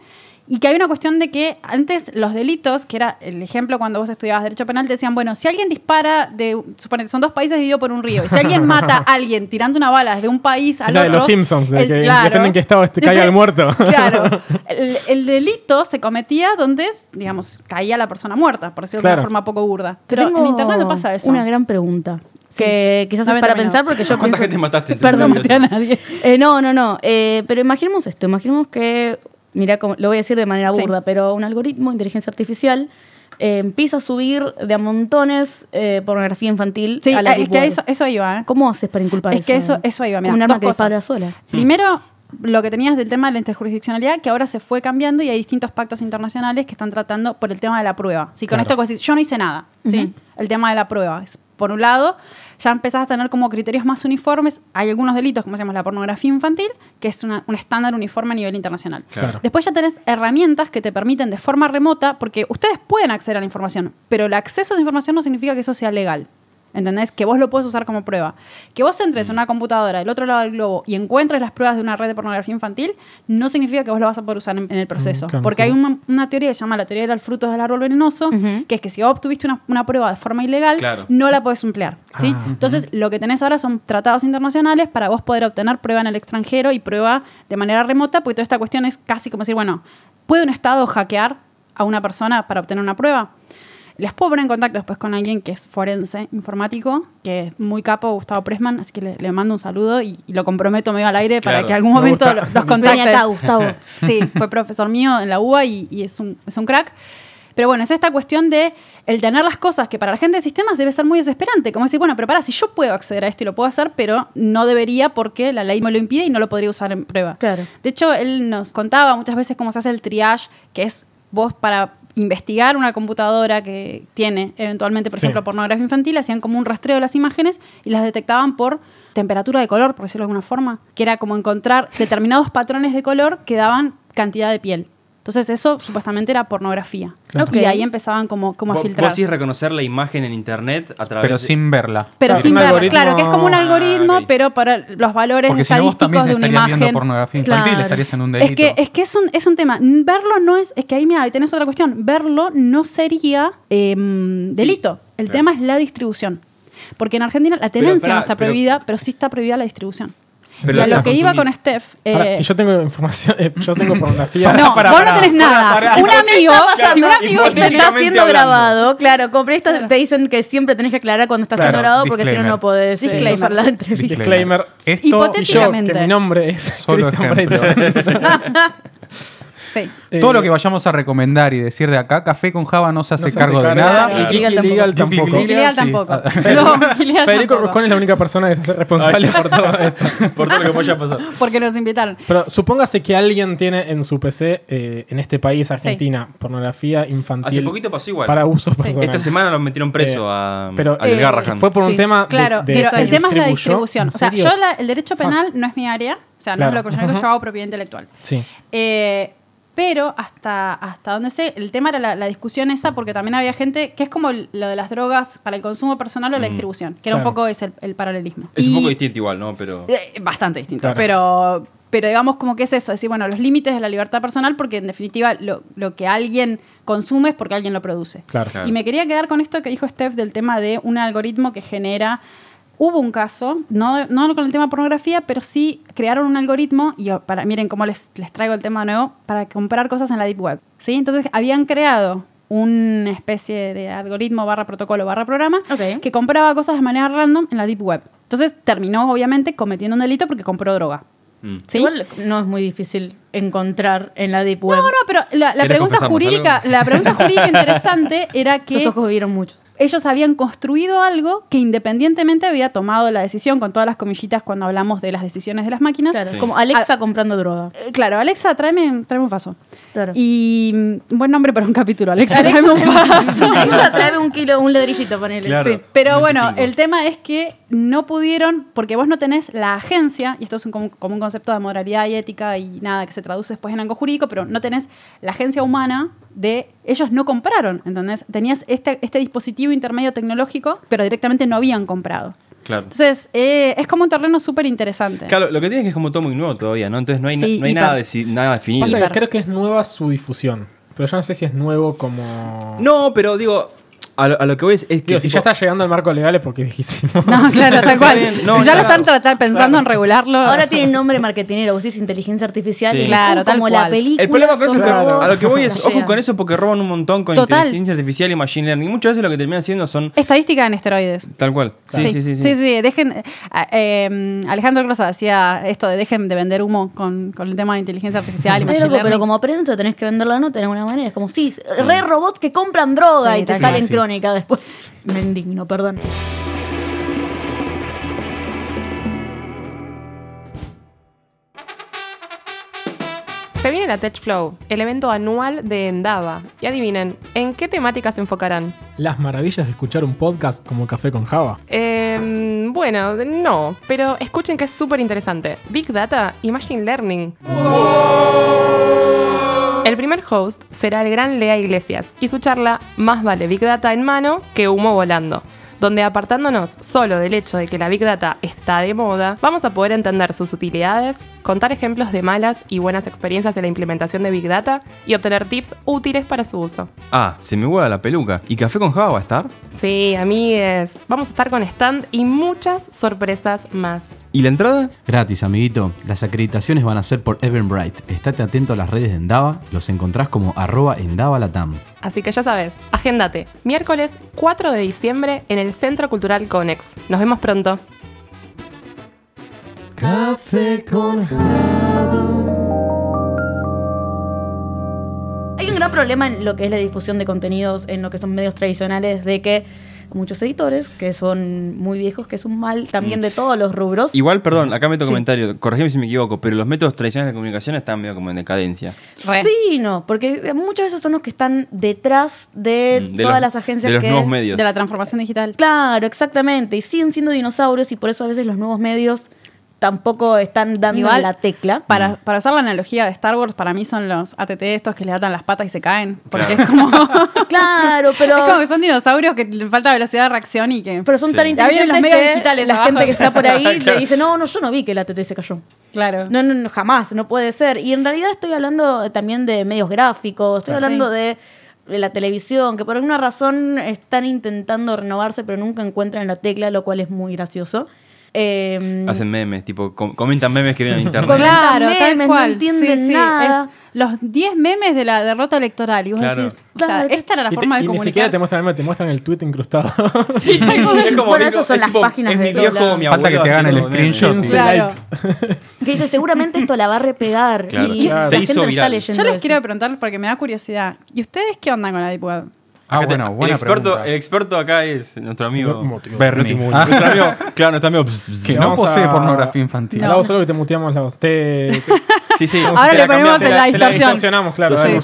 Y que hay una cuestión de que antes los delitos, que era el ejemplo cuando vos estudiabas Derecho Penal, te decían, bueno, si alguien dispara de, suponete, son dos países divididos por un río, y si alguien mata a alguien tirando una bala desde un país al Es la de otro... los Simpsons, de el- que depende en qué estado este- caiga el muerto. claro. El, el delito se cometía donde, digamos, caía la persona muerta, por decirlo de Claro. una forma poco burda. Pero tengo en Internet no pasa eso. Una gran pregunta. Sí. Que quizás No es había para pensar terminado. porque yo ¿Cuánta pienso- gente mataste? Perdón, Perdón, maté a nadie. Eh, no, no, no. Eh, pero imaginemos esto. Imaginemos que, mira, lo voy a decir de manera Sí. burda, pero un algoritmo, inteligencia artificial, eh, empieza a subir de a montones eh, pornografía infantil Sí, a la eh, es Deep que Web. eso, eso iba, ¿eh? ¿Cómo haces para inculpar Es eso? que eso, eso iba, mira. Un arma dos que cosas. dispara sola. Primero, lo que tenías del tema de la interjurisdiccionalidad, que ahora se fue cambiando y hay distintos pactos internacionales que están tratando por el tema de la prueba. ¿sí? Con Claro. esto que vos decís, yo no hice nada, ¿sí? Ujú. El tema de la prueba. Es, por un lado, ya empezás a tener como criterios más uniformes. Hay algunos delitos, como decíamos, la pornografía infantil, que es una- un estándar uniforme a nivel internacional. Claro. Después ya tenés herramientas que te permiten de forma remota, porque ustedes pueden acceder a la información, pero el acceso a esa información no significa que eso sea legal. ¿Entendés? Que vos lo puedes usar como prueba. Que vos entres en una computadora del otro lado del globo y encuentres las pruebas de una red de pornografía infantil, no significa que vos lo vas a poder usar en, en el proceso. Mm, claro, Porque hay claro. una, una teoría que se llama la teoría del fruto del árbol venenoso, Ujú. que es que si vos obtuviste una, una prueba de forma ilegal, Claro. no la podés emplear. ¿sí? Ah, Entonces, lo que tenés ahora son tratados internacionales para vos poder obtener prueba en el extranjero y prueba de manera remota, porque toda esta cuestión es casi como decir, bueno, ¿puede un Estado hackear a una persona para obtener una prueba? Les puedo poner en contacto después con alguien que es forense informático, que es muy capo, Gustavo Pressman, así que le, le mando un saludo y, y lo comprometo medio al aire para Claro. que algún Me momento gusta. lo- los contacte. Vení acá, Gustavo. Sí, fue profesor mío en la UBA y, y es, un, es un crack. Pero bueno, es esta cuestión de el tener las cosas que para la gente de sistemas debe ser muy desesperante. Como decir, bueno, pero para, si yo puedo acceder a esto y lo puedo hacer, pero no debería porque la ley me lo impide y no lo podría usar en prueba. Claro. De hecho, él nos contaba muchas veces cómo se hace el triage, que es vos para investigar una computadora que tiene eventualmente, por Sí. ejemplo, pornografía infantil, hacían como un rastreo de las imágenes y las detectaban por temperatura de color, por decirlo de alguna forma, que era como encontrar determinados patrones de color que daban cantidad de piel. Entonces eso supuestamente era pornografía. Claro. Y Ok. ahí empezaban como, como a Vos, filtrar. vos sí reconocer la imagen en internet a través Pero de- sin verla. Pero Claro, sin un verla, algoritmo- claro, que es como un Ah, algoritmo, ok. pero para los valores Porque si no, vos también estadísticos de una estarías viendo imagen. pornografía infantil, Claro. estarías en un delito. Es que, es que es un, es un tema. N- Verlo no es. Es que ahí, mira, ahí tenés otra cuestión. Verlo no sería em, delito. El claro. tema es la distribución. Porque en Argentina la Pero, tenencia pará, no está pero- prohibida, pero, sí está prohibida la distribución. Pero y a la lo que iba consumí. con Steph. eh, Pará, si yo tengo información, eh, yo tengo pornografía. no, Pará, vos pará, no tenés pará, nada. pará. Un amigo, si un amigo Te está Hipotéticamente siendo hablando. grabado, claro. Compré estas, te dicen que siempre tenés que aclarar cuando estás Claro, siendo grabado porque si no, disclaimer. no podés eh, Disclaimer. usar la entrevista. Disclaimer. Esto Y yo, Hipotéticamente. que mi nombre es Solo Cristian ejemplo. Breiter. Sí. Eh, Todo lo que vayamos a recomendar y decir de acá, Café con Java no se hace no se cargo de nada. Y Claro. Geeky Legal Legal tampoco. tampoco. Legal, Gilead sí. tampoco. No, Gilead Federico tampoco. Rusconi es la única persona que se hace responsable por todo esto. Por todo lo que vaya pasar. Porque nos invitaron. Pero supóngase que alguien tiene en su PC, eh, en este país, Argentina, pornografía infantil Hace poquito pasó igual. para uso Sí. personal. Esta semana los metieron preso Eh, a, pero- al Eh, Garrahan. Fue por un Sí, tema. Ah, de- Claro, de- pero de- el ¿quién tema es la distribuyó. distribución. ¿En O sea, serio? yo la- el derecho Fuck. penal no es mi área. O sea, no Claro. es lo que yo, hago, Ujú. yo hago propiedad intelectual. Sí. Eh, pero hasta, hasta donde sé, el tema era la, la discusión esa, porque también había gente que es como el- lo de las drogas para el consumo personal o la Mm. distribución, que era un Claro. poco ese, el, el paralelismo. Es un Y- poco distinto igual, ¿no? Pero. eh, bastante distinto. Claro. Pero, pero digamos como que es eso, es decir, bueno, los límites de la libertad personal, porque en definitiva lo, lo que alguien consume es porque alguien lo produce. Claro. Claro. Y me quería quedar con esto que dijo Steph del tema de un algoritmo que genera... Hubo un caso, no, no con el tema pornografía, pero sí crearon un algoritmo, y oh, para, miren cómo les, les traigo el tema de nuevo, para comprar cosas en la Deep Web. ¿sí? Entonces habían creado una especie de algoritmo barra protocolo barra programa Ok. que compraba cosas de manera random en la Deep Web. Entonces terminó obviamente cometiendo un delito porque compró droga. mm. ¿sí? Igual no es muy difícil encontrar en la Deep No, Web. no, pero la, la ¿Querés pregunta confesarnos jurídica, algo? la pregunta jurídica interesante era que Tus ojos vieron mucho. ellos habían construido algo que independientemente había tomado la decisión con todas las comillitas cuando hablamos de las decisiones de las máquinas. Claro, Sí. como Alexa comprando droga. Eh, claro, Alexa, tráeme, tráeme un vaso. Claro. Y mm, buen nombre para un capítulo, Alexa, Alexa, tráeme un vaso. Alexa, tráeme un kilo, un ladrillito, ponele. Claro. Sí. Pero bueno, 25. el tema es que no pudieron, porque vos no tenés la agencia, y esto es un, como, como un concepto de moralidad y ética y nada que se traduce después en algo jurídico, pero no tenés la agencia humana de ellos no compraron, ¿entendés? Tenías este, este dispositivo intermedio tecnológico, pero directamente no habían comprado. Claro. Entonces, eh, es como un terreno súper interesante. Claro, lo que tienes es que es como todo muy nuevo todavía, ¿no? Entonces no hay, na- Sí, no hay y nada, par- deci- nada definido. Pasa que Hiper. creo que es nueva su difusión. Pero yo no sé si es nuevo como. No, pero digo, a lo, a lo que voy es, es que. Digo, si tipo, ya está llegando al marco legal es porque es viejísimo. No, claro, tal cual. Sí, no, si ya claro. lo están tratar- pensando en regularlo. Ahora tiene nombre marketinero, vos decís inteligencia artificial. Sí. y es Claro, tal como cual. la película. El problema con eso es que Claro. a lo que voy es, ojo Flashea. con eso porque roban un montón con Total. inteligencia artificial y machine learning. Muchas veces lo que terminan haciendo son Estadística en esteroides. tal cual. Sí, sí, sí. sí. dejen. eh, eh, Alejandro Grosso decía esto de dejen de vender humo con, con el tema de inteligencia artificial y Ay, machine loco, pero learning. como prensa tenés que vender la nota de alguna manera. Es como, sí, re robots que compran droga y Sí, te tal salen cual. crónica después. Me indigno, perdón. Se viene la TechFlow, el evento anual de Endava. Y adivinen, ¿en qué temáticas se enfocarán? Las maravillas de escuchar un podcast como Café con Java. Eh, bueno, no, pero escuchen que es súper interesante. Big Data y Machine Learning. El primer host será el gran Lea Iglesias y su charla Más vale Big Data en mano que humo volando, donde apartándonos solo del hecho de que la Big Data está de moda, vamos a poder entender sus utilidades, contar ejemplos de malas y buenas experiencias en la implementación de Big Data y obtener tips útiles para su uso. Ah, se me hueva la peluca. ¿Y café con Java va a estar? Sí, amigues, vamos a estar con stand y muchas sorpresas más. ¿Y la entrada? Gratis, amiguito. Las acreditaciones van a ser por Eventbrite. Estate atento a las redes de Endava. Los encontrás como arroba endavalatam. Así que ya sabes, agéndate. Miércoles 4 de diciembre en el Centro Cultural Conex. Nos vemos pronto. Café con Hay un gran problema en lo que es la difusión de contenidos en lo que son medios tradicionales de que muchos editores que son muy viejos, que es un mal también de todos los rubros. Igual, perdón, acá meto Sí. comentario. Corregime si me equivoco, pero los métodos tradicionales de comunicación están medio como en decadencia. Re. Sí, y no, porque muchas veces son los que están detrás de, Mm, Eh, todas los- las agencias De los que nuevos medios. De la transformación digital. Claro, exactamente. Y siguen siendo dinosaurios y por eso a veces los nuevos medios tampoco están dando Igual, la tecla. Mm. Para, para usar la analogía de Star Wars, para mí son los ATT estos que le atan las patas y se caen. Porque Claro. es, como, Claro, pero, es como que son dinosaurios que le falta velocidad de reacción y que. pero son Sí. tan Ya inteligentes vienen los medios que digitales la abajo. gente que está por ahí le Claro. dice, no, no, yo no vi que la TT se cayó. claro. No, no, no, jamás, no puede ser. Y en realidad estoy hablando también de medios gráficos, estoy Claro. hablando Ah, Sí. de de la televisión, que por alguna razón están intentando renovarse, pero nunca encuentran la tecla, lo cual es muy gracioso. Eh, Hacen memes, tipo, com- comentan memes que vienen en internet. Comentan Claro, memes, tal no cual. entienden nada. es los 10 memes de la derrota electoral. Y vos Claro. decís, o sea, Claro. esta era la Y, te- forma de y ni comunicar. siquiera te muestran el meme, te muestran el tweet incrustado. Sí, tal cual. Es como, Bueno, digo, esas son es las páginas es mi de viejo Lola. o mi Falta que abuelo te hagan haciendo el memes. screenshot. 15 Claro. likes. que dice, seguramente esto la va a repegar. Claro. Y Claro. la Se gente hizo no está viral. leyendo Yo les eso. quiero preguntar porque me da curiosidad. ¿Y ustedes qué onda con la Deep Web? Ah, Acá te- bueno, buena el, experto, pregunta. el experto acá es nuestro amigo. Señor Motivo. Bernie. Motivo. Ah. Nuestro amigo, claro, nuestro amigo. pues, Que Sí, no vamos posee a- pornografía infantil. No. La voz solo que te muteamos la voz. Te, te- Sí, sí. Ahora te le la ponemos en cambiaste. te la la distorsión. distorsionamos, claro. Sí. dale.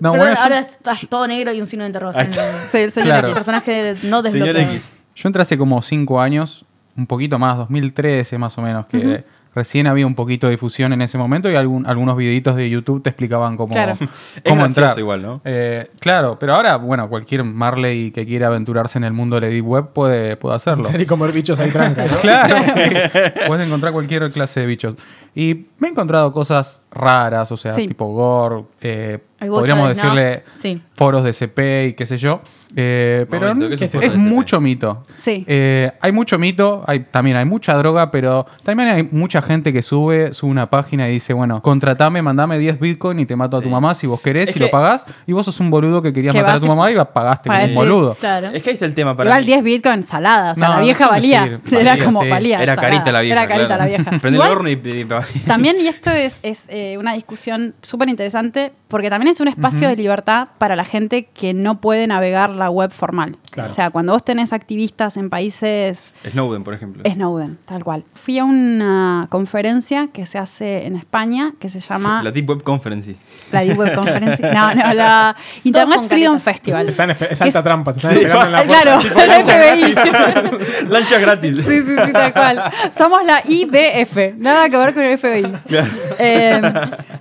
No, Pero bueno, yo- ahora estás todo negro y un signo de interrogación. Sí, el señor Claro. El X. personaje no Señor desbloqueado. X. Yo entré hace como 5 años, un poquito más, 2013 más o menos, que recién había un poquito de difusión en ese momento y algún- algunos videitos de YouTube te explicaban cómo, Claro. cómo gracioso entrar. igual, ¿no? Eh, claro, pero ahora, bueno, cualquier Marley que quiera aventurarse en el mundo de la Deep Web puede, puede hacerlo. Y comer bichos ahí tranca, ¿no? Claro, sí. puedes encontrar cualquier clase de bichos. Y me he encontrado cosas raras, o sea, Sí. tipo gore, eh, Hay bocha podríamos de snuff, decirle sí. foros de CP y qué sé yo. eh, pero Momento, ¿qué es es, un foro de CP? mucho mito. Sí. Eh, hay mucho mito, hay, también hay mucha droga, pero también hay mucha gente que sube, sube una página y dice, bueno, contratame, mandame 10 bitcoin y te mato a tu Sí. mamá si vos querés, Es si que- lo pagás. Y vos sos un boludo que querías Que matar a vas tu y- mamá y la pagaste como Pagaste. un boludo. Claro. Es que ahí está el tema para Igual mí. 10 Bitcoin salada. O sea, No, la no vieja sé valía. decir. Era Valía, como sí. valía. Era salada. carita la vieja. ah, Era carita claro. la vieja. Prende Igual, el horno y. y- También, y esto es, es, eh, una discusión súper interesante, porque también es un espacio de libertad para la gente que no puede navegar la web formal. Claro. O sea, cuando vos tenés activistas en países Snowden, por ejemplo. Snowden, tal cual. Fui a una conferencia que se hace en España que se llama La la, Deep Web Conference. Deep Web Conference. No, no, la Todos Internet con Freedom caretas. Festival. Te están esper- es Que alta es- trampa, te están Sí. esperando en la puerta, Claro, tipo, la "Lancha FBI. Lanchas gratis. Sí, sí, sí, tal cual. Somos la IBF. Nada que ver con el FBI. Claro. Eh,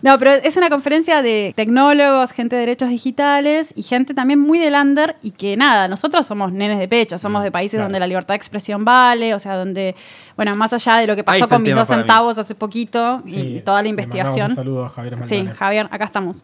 no, pero es una conferencia de tecnólogos, gente de derechos digitales y gente también muy del under y que nada, nosotros somos nenes de pecho, somos de países donde la libertad de expresión vale, o sea, donde, bueno, más allá de lo que Ahí pasó está con el mis tema dos para mí. centavos hace poquito y Sí, toda la le mandamos investigación. Un saludo a Javier Sí, Maldonado. Javier, acá estamos.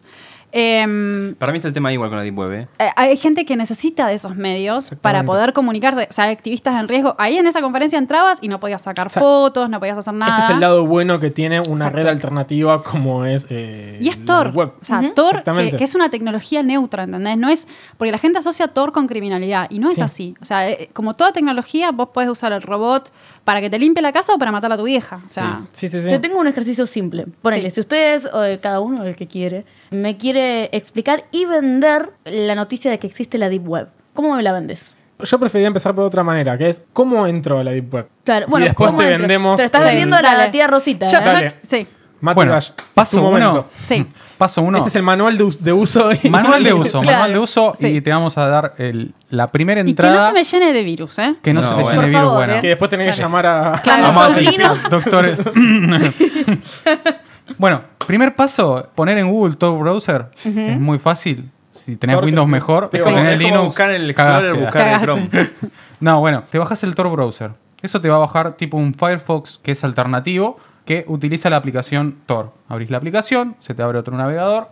Eh, Para mí está el tema igual con la Deep Web. ¿eh? eh, hay gente que necesita de esos medios para Exactamente. poder comunicarse. O sea, hay activistas en riesgo. Ahí en esa conferencia entrabas y no podías sacar fotos, no podías hacer nada. Ese es el lado bueno que tiene una Exacto. red alternativa como es. eh, Y es la Tor. web. O sea, Tor, que, Exactamente. que es una tecnología neutra, ¿entendés? No es. Porque la gente asocia Tor con criminalidad. Y no es Sí. así. O sea, eh, como toda tecnología, vos podés usar el robot para que te limpie la casa o para matar a tu vieja. O sea. Sí, sí, sí. Te tengo un ejercicio simple. Ponele, Sí. si ustedes, o eh, cada uno el que quiere, me quiere explicar y vender la noticia de que existe la Deep Web. ¿Cómo me la vendes? Yo preferiría empezar por otra manera, que es cómo entro a la Deep Web. Claro, y después ¿cómo te entro? vendemos. Te estás el- vendiendo a Dale. la tía Rosita. Yo- ¿eh? yo- Dale. sí, Mate Bueno, Dash, paso tu uno. momento. sí. Paso uno. Este es el manual de, us- de uso. y- Manual de uso, Claro. manual de uso Sí. y te vamos a dar el- la primera Y que no entrada se me llene de virus, ¿eh? que no No, se te bueno. llene Por virus favor, bueno. Que después tenés que llamar a. Claro, a Mati. sobrino. Doctores. bueno, primer paso, poner en Google Tor Browser es muy fácil. Si tenés Tor, Windows te- mejor, te- si tenés es como Linux, buscar en el Explorer, cagaste. buscar en Cagaste. Chrome. No, bueno, te bajas el Tor Browser. Eso te va a bajar tipo un Firefox que es alternativo, que utiliza la aplicación Tor. Abrís la aplicación, se te abre otro navegador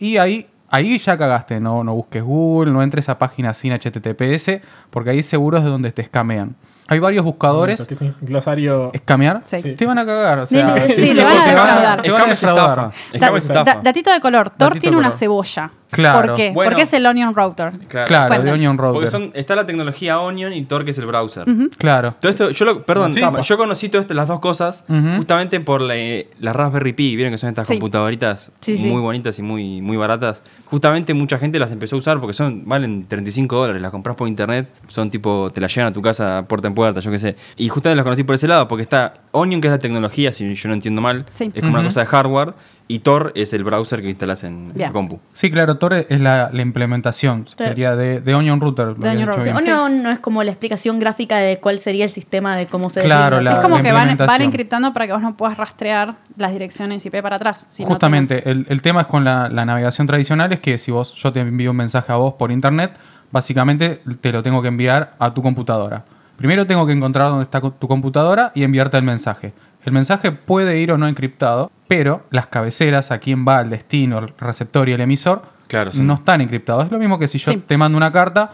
y ahí, ahí ya cagaste. No, no busques Google, no entres a páginas sin HTTPS, porque ahí seguro es de donde te escamean. Hay varios buscadores. Que es un glosario. ¿Escamear? Sí. Te van a cagar. O Nene, sea, sí, tipo, te van a defraudar. te van Escama a es estafa. defraudar. Escama es Da- estafa. datito de color. Tor Datito tiene de una color. cebolla. Claro. ¿Por qué? Bueno. Porque es el onion router. Claro, de Cuentan. Onion Porque Router. son, está la tecnología Onion y Tor, que es el browser. ¿Mm? Claro. Todo esto, yo lo, perdón, Sí. yo conocí todas estas- las dos cosas Ujú. justamente por la, la Raspberry Pi, vieron que son estas Sí. computadoritas Sí, sí. muy bonitas y muy, muy baratas. Justamente mucha gente las empezó a usar porque son, valen 35 dólares, las compras por internet, son tipo, te las llevan a tu casa puerta en puerta, yo qué sé. Y justamente las conocí por ese lado, porque está Onion, que es la tecnología, si yo no entiendo mal, Sí. es como una Ujú. cosa de hardware, y Tor es el browser que instalas en Bien. la compu. Sí, claro, Tor es la, la implementación. Sería de, de Onion Router. lo De había Onion dicho Router. bien. O no, no es como la explicación gráfica de cuál sería el sistema de cómo se Claro, debería- la- es como la que van, van implementación. encriptando para que vos no puedas rastrear las direcciones IP para atrás. si no te- Justamente, el, el tema es con la, la navegación tradicional, es que si vos yo te envío un mensaje a vos por internet, básicamente te lo tengo que enviar a tu computadora. Primero tengo que encontrar dónde está co- tu computadora y enviarte el mensaje. El mensaje puede ir o no encriptado, pero las cabeceras, a quién va, el destino, el receptor y el emisor, Claro, sí. no están encriptados. Es lo mismo que si yo Sí. te mando una carta,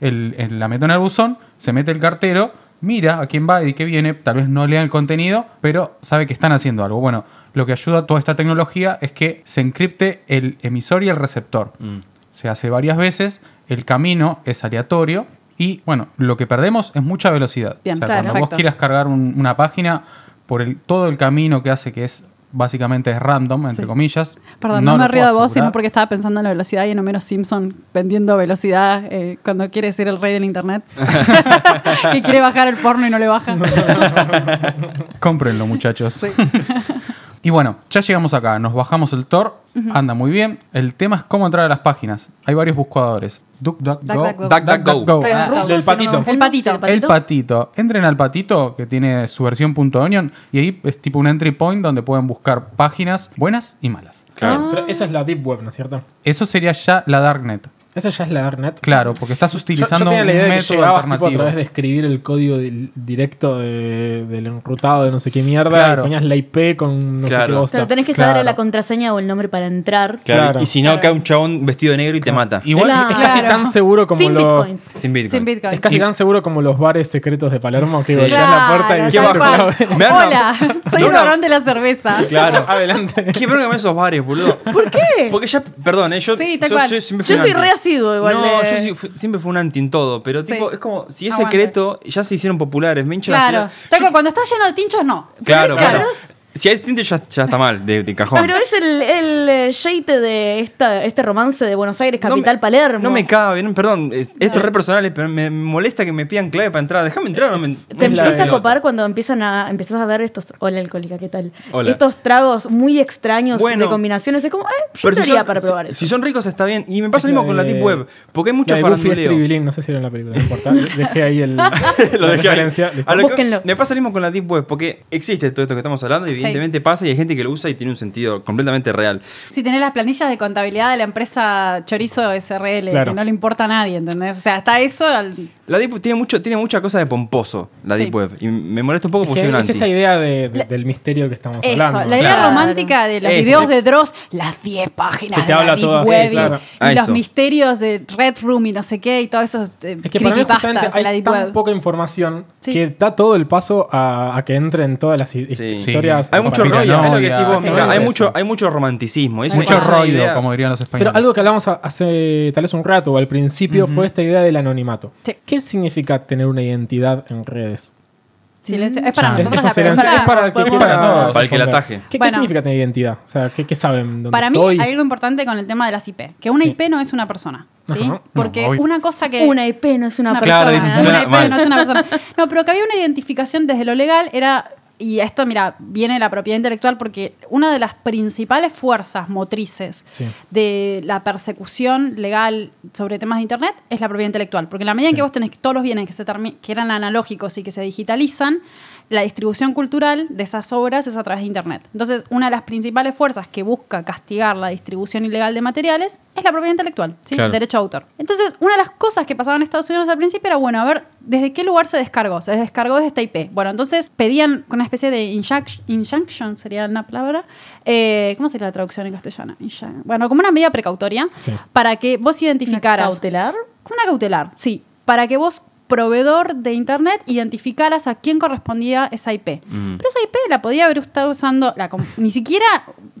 el- el- la meto en el buzón, se mete el cartero, mira a quién va y de qué viene, tal vez no lea el contenido, pero sabe que están haciendo algo. Bueno, lo que ayuda a toda esta tecnología es que se encripte el emisor y el receptor. Se hace varias veces, el camino es aleatorio y, bueno, lo que perdemos es mucha velocidad. Bien, O sea, claro. cuando vos Perfecto. quieras cargar un- una página por el, todo el camino que hace que es básicamente es random, entre Sí. comillas. Perdón, no, me lo río de puedo vos, sino asegurar. porque estaba pensando en la velocidad y en Homero Simpson vendiendo velocidad eh, cuando quiere ser el rey del internet. que quiere bajar el porno y no le baja. Cómprenlo, muchachos. y bueno, ya llegamos acá. Nos bajamos el Tor. Anda muy bien. El tema es cómo entrar a las páginas. Hay varios buscadores. DuckDuckGo. DuckDuckGo. DuckDuckGo. Está bien, Ah, ruso, del si no me patito. confundo. El patito. Sí, El patito. Entren al patito que tiene su versión punto .onion y ahí es tipo un entry point donde pueden buscar páginas buenas y malas. Ah. Claro. Ah. Pero esa es la Deep Web, ¿no es cierto? Eso sería ya la darknet. Esa ya es la Darknet. Claro, porque estás Yo, yo utilizando tenía la idea un de que método llegabas tipo, a alternativo. través de escribir el código del- directo de- del enrutado de no sé qué mierda Claro. y ponías la IP con no sé Claro. qué O sea, bosta. tenés que Claro. saber la contraseña o el nombre para entrar. Claro. Claro. Y si no, cae un chabón vestido de negro y te mata. Igual Claro. Es casi tan seguro como Sin los... bitcoins. Sin Bitcoin. Sin Bitcoin. Es casi tan seguro como los bares secretos de Palermo que Sí. golpeas la Claro, puerta y ¿Qué tal bajo? cual. Me han- Hola, soy No, un no. ladrón de la cerveza. Claro. Adelante. Qué bronca me esos bares, boludo. ¿Por qué? Porque ya, perdón, ¿eh? yo, Sí, tal yo cual. siempre Yo fui un soy anti. re asiduo igual No, de- yo sí fui- siempre fui un anti en todo, pero Sí. tipo, es como, si es Aguante. secreto, ya se hicieron populares, me hincha Claro. las Tal cual, cuando está lleno de tinchos, no. Claro, Claro. claro. Si hay tinto ya, ya está mal, de, de cajón. Pero es el, el eh, jeite de esta, este romance de Buenos Aires, No me- capital Palermo. No me cabe, no, perdón, es- esto es re personal, pero me me molesta que me pidan clave para entrar. Déjame entrar, no me. Te no me empieza a pelota. copar cuando empiezan a, empiezas a ver estos. Hola, alcohólica, ¿qué tal? Hola. Estos tragos muy extraños Bueno. de combinaciones. Es como, eh, yo Pero si estaría son, para probar si, eso. si son ricos está bien. Y me pasa lo La mismo con la de- Deep Web, porque hay La mucho de Buffy es faranduleo. Tribilín, no sé si era en la película, no importa. Dejé ahí el, lo la dejé ahí. referencia. Listo. A lo que- Búsquenlo. me pasa lo mismo con la Deep Web, porque existe todo esto que estamos hablando y evidentemente pasa y hay gente que lo usa y tiene un sentido completamente real. Si tenés las planillas de contabilidad de la empresa Chorizo SRL, Claro. que no le importa a nadie, ¿entendés? O sea, está eso. al- La Deep Web tiene, mucho, tiene mucha cosa de pomposo, la Sí. Deep Web. Y me molesta un poco Es porque que soy un es anti. esta idea de- de- del misterio que estamos Eso, hablando. la idea Claro. romántica de los Eso. videos de Dross, las 10 páginas Que te de habla la Deep todas, Web sí, y, claro. y Ah, los eso. misterios de Red Room y no sé qué y todos esos eh, Es que para mí justamente creepypastas de la hay Deep tan Web. poca información Sí. que da todo el paso a, a que entren todas las hi- Sí. historias. Hay mucho Mira, rollo, ¿eh? no, es lo que ya. decís vos, Sí. Mica, Hay Eso. mucho, hay mucho romanticismo. eso Mucho es una idea. rollo, como dirían los españoles. Pero algo que hablamos a- hace tal vez un rato o al principio fue esta idea del anonimato. Sí. ¿Qué significa tener una identidad en redes? Silencio. Es para Chan. Es, nosotros es un la silencio, pregunta. es para el que podemos- quiera Para todos. Para el que la responder. ataje. ¿Qué, qué Bueno. significa tener identidad? O sea, ¿qué, qué saben? dónde Para mí estoy? hay algo importante con el tema de las IP, que una Sí. IP no es una persona, ¿sí? Ajá. No, Porque obvio. una cosa que Una IP no es una, una Claro, persona. suena una IP mal. no es una persona. No, pero que había una identificación desde lo legal era y esto, mira, viene la propiedad intelectual porque una de las principales fuerzas motrices Sí. de la persecución legal sobre temas de Internet es la propiedad intelectual. Porque en la medida en que vos tenés todos los bienes que, se termi- que eran analógicos y que se digitalizan, la distribución cultural de esas obras es a través de Internet. Entonces, una de las principales fuerzas que busca castigar la distribución ilegal de materiales es la propiedad intelectual, ¿sí? Claro. derecho a autor. Entonces, una de las cosas que pasaba en Estados Unidos al principio era, bueno, a ver, ¿desde qué lugar se descargó? Se descargó desde esta IP. Bueno, entonces pedían una especie de injunc- injunction, sería una palabra. Eh, ¿Cómo sería la traducción en castellano? Injun- Bueno, como una medida precautoria Sí. para que vos ¿Una identificaras. ¿Cautelar? Como una cautelar, sí. Para que vos, proveedor de Internet, identificaras a quién correspondía esa IP. Mm. Pero esa IP la podía haber estado usando la com- ni siquiera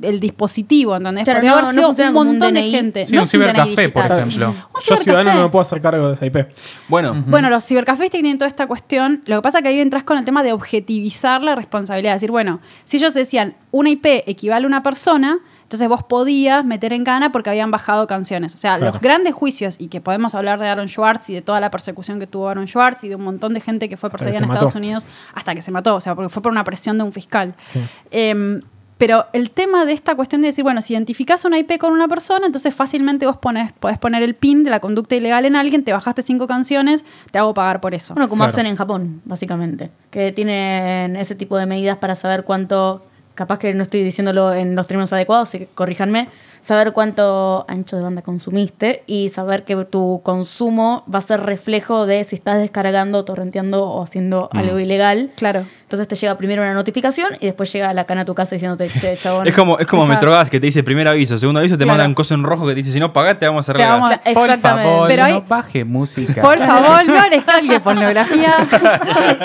el dispositivo, ¿entendés? Claro, Podría no, haber no sido funciona un como un montón de DNI. gente. Sí, no un es DNI cibercafé, por digital. ejemplo. Un Yo ciudadano cibercafé. no me puedo hacer cargo de esa IP. Bueno, Bueno, los cibercafés tienen toda esta cuestión. Lo que pasa es que ahí entras con el tema de objetivizar la responsabilidad. Es decir, bueno, si ellos decían una IP equivale a una persona, entonces vos podías meter en gana porque habían bajado canciones. O sea, Claro. los grandes juicios, y que podemos hablar de Aaron Schwartz y de toda la persecución que tuvo Aaron Schwartz y de un montón de gente que fue Hasta perseguida que en se Estados mató. Unidos hasta que se mató. O sea, porque fue por una presión de un fiscal. Sí. Em, pero el tema de esta cuestión de decir, bueno, si identificás una IP con una persona, entonces fácilmente vos ponés, podés poner el pin de la conducta ilegal en alguien, te bajaste cinco canciones, te hago pagar por eso. Bueno, como Claro. hacen en Japón, básicamente. Que tienen ese tipo de medidas para saber cuánto. Capaz que no estoy diciéndolo en los términos adecuados, así que corríjanme. Saber cuánto ancho de banda consumiste y saber que tu Mm. consumo va a ser reflejo de si estás descargando, torrenteando o haciendo algo ilegal. Claro. Entonces te llega primero una notificación y después llega la cana a tu casa diciéndote, che, chabón. Es como, es como Deja- Metrogas que te dice primer aviso, segundo aviso, te Claro. mandan cosas en rojo que te dice, si no pagás, te vamos a Te regalar. vamos a- Por Exactamente. favor, Pero no hay- baje música. Por favor, no les cargue pornografía.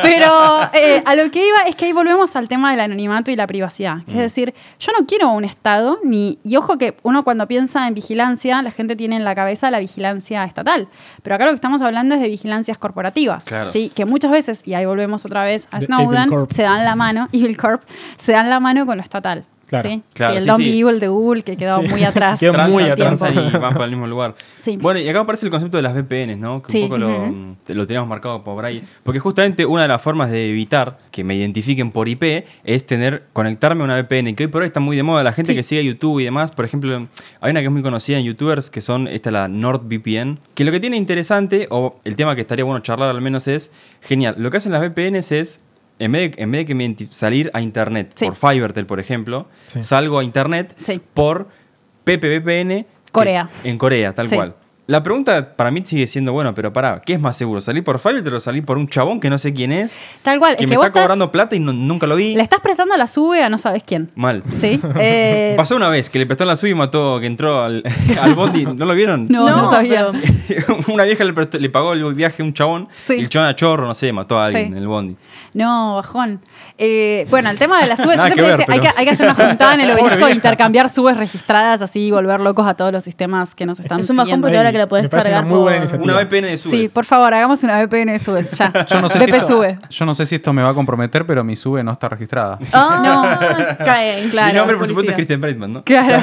Pero eh, a lo que iba es que ahí volvemos al tema del anonimato y la privacidad. Mm. Es decir, yo no quiero un Estado, ni. Y ojo que uno cuando piensa en vigilancia, la gente tiene en la cabeza la vigilancia estatal. Pero acá lo que estamos hablando es de vigilancias corporativas. Claro. Sí, que muchas veces, y ahí volvemos otra vez a De Snowden, Evil Corp. se dan la mano, Evil Corp, se dan la mano con lo estatal. Claro. ¿sí? Claro, Sí, el sí, Don't sí. Be Evil de Google que quedó Sí. muy atrás. Quedó Transan, muy hace atrás. tiempo. transan y van para el mismo lugar. Sí. Bueno, y acá aparece el concepto de las VPNs, ¿no? Que Sí. un poco lo, Ujú. te- lo teníamos marcado por ahí. Porque justamente una de las formas de evitar que me identifiquen por IP es tener, conectarme a una VPN, que hoy por hoy está muy de moda. La gente Sí. que sigue YouTube y demás, por ejemplo, hay una que es muy conocida en YouTubers, que son, esta la NordVPN, que lo que tiene interesante, o el tema que estaría bueno charlar al menos es, genial, lo que hacen las VPNs es... En vez, de, en vez de que me identi- salir a internet Sí. por Fivertel, por ejemplo, Sí. salgo a internet Sí. por PPVPN Corea. que- en Corea, tal Sí. cual. La pregunta para mí sigue siendo, bueno, pero pará, ¿qué es más seguro? ¿Salir por Fiverr o salir por un chabón que no sé quién es? Tal cual, Que es me que vos está cobrando estás- plata y no- nunca lo vi. Le estás prestando la sube a no sabes quién. Mal. Sí. Eh, Pasó una vez que le prestó la suya y mató, que entró al, al bondi. ¿No lo vieron? no, no, No, sabía. pero- una vieja le, prestó- le pagó el viaje a un chabón Sí. y el chabón a chorro, no sé, mató a alguien Sí. en el bondi. No, bajón. Eh, bueno, el tema de las subes, yo Nada siempre que decía, ver, hay, pero- que, hay que hacer una juntada en el Pobre obelisco e vieja. intercambiar subes registradas así y volver locos a todos los sistemas que nos están Es un bajón siguiendo. porque ahora que la Me podés parece una cargar muy buena por- iniciativa. Una VPN de subes. Sí, por favor, hagamos una VPN de subes, ya. Yo no, sé si VP esto, sube. yo no sé si esto me va a comprometer, pero mi sube no está registrada. Ah, cae, claro. Mi nombre, por supuesto, policía. es Christian Breitman, ¿no? Claro.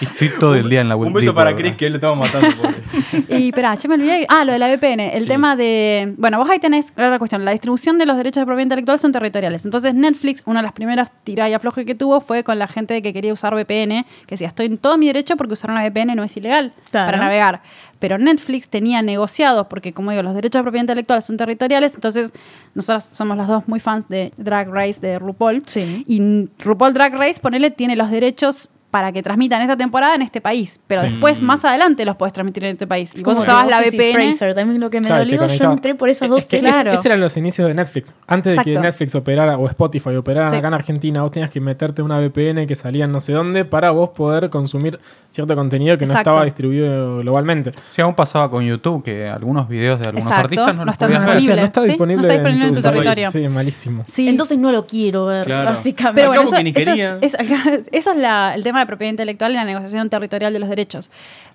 Y estoy todo el día en la web. Un beso para Chris, que él lo estaba matando. pobre. Y espera, yo me olvidé. Ah, lo de la VPN. El tema de. Bueno, vos ahí tenés la cuestión. La distribución de los derechos de propiedad intelectual son territoriales. Entonces, Netflix, una de las primeras tiras y afloje que tuvo fue con la gente que quería usar VPN, que decía, estoy en todo mi derecho porque usar una VPN no es ilegal Claro. para navegar. Pero Netflix tenía negociados, porque como digo, los derechos de propiedad intelectual son territoriales, entonces nosotras somos las dos muy fans de Drag Race de RuPaul. Sí. Y RuPaul Drag Race, ponele, tiene los derechos para que transmitan esta temporada en este país. Pero después, más adelante, los podés transmitir en este país. Y vos Como usabas que la Office y VPN. Fraser, también lo que me Claro, y te dolió, yo conectabas. entré por esas Es dos que series. ese- Esos eran los inicios de Netflix. Antes de Exacto. que Netflix operara o Spotify operara Sí. acá en Argentina, vos tenías que meterte una VPN que salía en no sé dónde para vos poder consumir cierto contenido que no Exacto. estaba distribuido globalmente. Si aún pasaba con YouTube, que algunos videos de algunos Exacto, artistas no, no los están podías Ah, o ver. sea, disponibles. horrible, no está ¿sí? disponible, No está disponible en tu territorio. Sí, malísimo. Sí. Entonces no lo quiero ver, Claro. básicamente. pero bueno, Al eso, cabo que ni eso es, quería. es- acá- eso es la- el tema de propiedad intelectual y la negociación territorial de los derechos.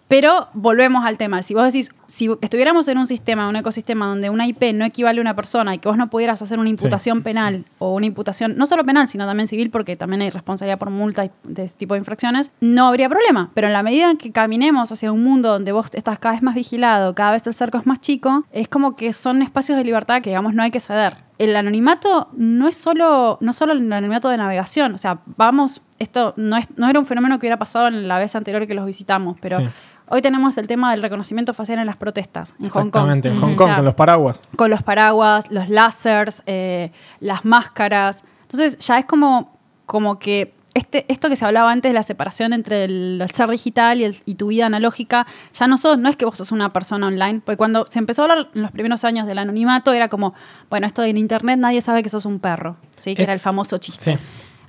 Pero volvemos al tema. Si vos decís, si estuviéramos en un sistema, un ecosistema donde una IP no equivale a una persona y que vos no pudieras hacer una imputación penal o una imputación, no solo penal, sino también civil, porque también hay responsabilidad por multa y de este tipo de infracciones, no habría problema. Pero en la medida en que caminemos hacia un mundo donde vos estás cada vez más vigilado, cada vez el cerco es más chico, es como que son espacios de libertad que, digamos, no hay que ceder el anonimato no es solo, no solo el anonimato de navegación. O sea, vamos, esto no, es, no era un fenómeno que hubiera pasado en la vez anterior que los visitamos, pero Sí. hoy tenemos el tema del reconocimiento facial en las protestas en Hong Kong. Exactamente, en Hong Ujú. Kong, O sea, con los paraguas. con los paraguas, los lásers, eh, las máscaras. Entonces ya es como, como que este, esto que se hablaba antes de la separación entre el, el ser digital y, el- y tu vida analógica, ya no sos, no es que vos sos una persona online, porque cuando se empezó a hablar en los primeros años del anonimato era como, bueno, esto en internet nadie sabe que sos un perro, ¿sí? que era Es- el famoso chiste. Sí.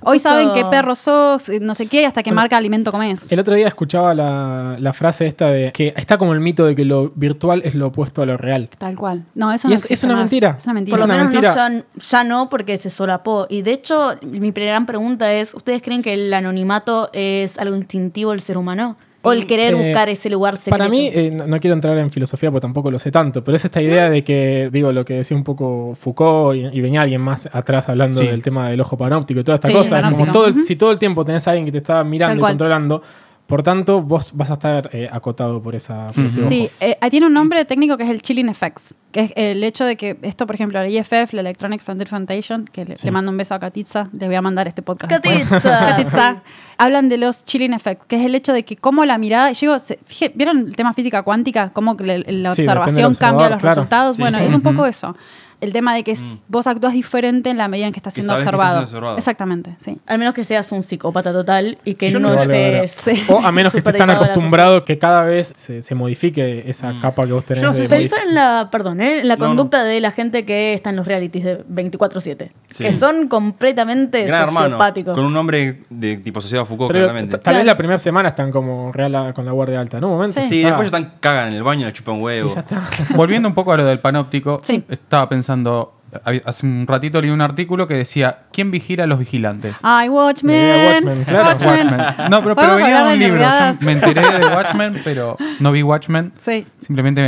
Hoy Justo- saben qué perro sos, eh, no sé qué, hasta qué marca de alimento comés. El otro día escuchaba la, la frase esta de que está como el mito de que lo virtual es lo opuesto a lo real. Tal cual. No, eso Y no es- es existe una más. mentira. Es una mentira. Por lo Es una menos no, mentira. ya, ya no, porque se solapó. Y de hecho, mi gran pregunta es, ¿ustedes creen que el anonimato es algo instintivo del ser humano? ¿O el querer Eh, buscar ese lugar secreto? Para mí, eh, no, no quiero entrar en filosofía porque tampoco lo sé tanto, pero es esta idea de que, digo, lo que decía un poco Foucault y, y venía alguien más atrás hablando Sí. del tema del ojo panóptico y toda esta Sí, cosa. es Como panóptico. todo, el- Ujú. Si todo el tiempo tenés a alguien que te está mirando Tal y cual. controlando, por tanto, vos vas a estar eh, acotado por, esa, por ese ojo. Sí, eh, tiene un nombre técnico que es el chilling effects, que es el hecho de que esto, por ejemplo, la IFF, la Electronic Frontier Foundation, que le, Sí. le mando un beso a Katitza, le voy a mandar este podcast. después. Catitza. Katitza, hablan de los chilling effects, que es el hecho de que cómo la mirada, yo digo, se- fije- ¿vieron el tema física cuántica? Cómo que le- la Sí, depende del observación cambia observador, los claro. resultados. Sí, bueno, sí. es un poco Ujú. eso. el tema de que es- vos actúas diferente en la medida en que estás Que siendo sabes que estás observado. siendo observado. Exactamente, sí. Al menos que seas un psicópata total y que no, Vale, te... eh, vale. O a menos que estés tan superdictado a la acostumbrado que cada vez se, se modifique esa capa que vos tenés. Mm. Yo no sé de- si- Pensá en la, perdón, ¿eh? en la No, conducta de la gente que está en los realities de 24-7. Sí. Que son completamente Gran hermano. sociopáticos. Con un hombre de tipo Sociedad Foucault, Pero claramente. ta- tal vez la primera semana están como real a- con la guardia alta, ¿no? Un momento. Sí, Ah, después ya están cagan en el baño, le chupan huevo. y ya está. Volviendo un poco a lo del panóptico, Sí. estaba pensando, hab- hace un ratito leí un artículo que decía, ¿quién vigila a los vigilantes? Ay, Watchmen. Mira, Watchmen, claro. Watchmen. Watchmen. No, pero, pero Podemos venía hablar de un de libro. Yo novedades. me enteré de Watchmen, pero no vi Watchmen. Sí. Simplemente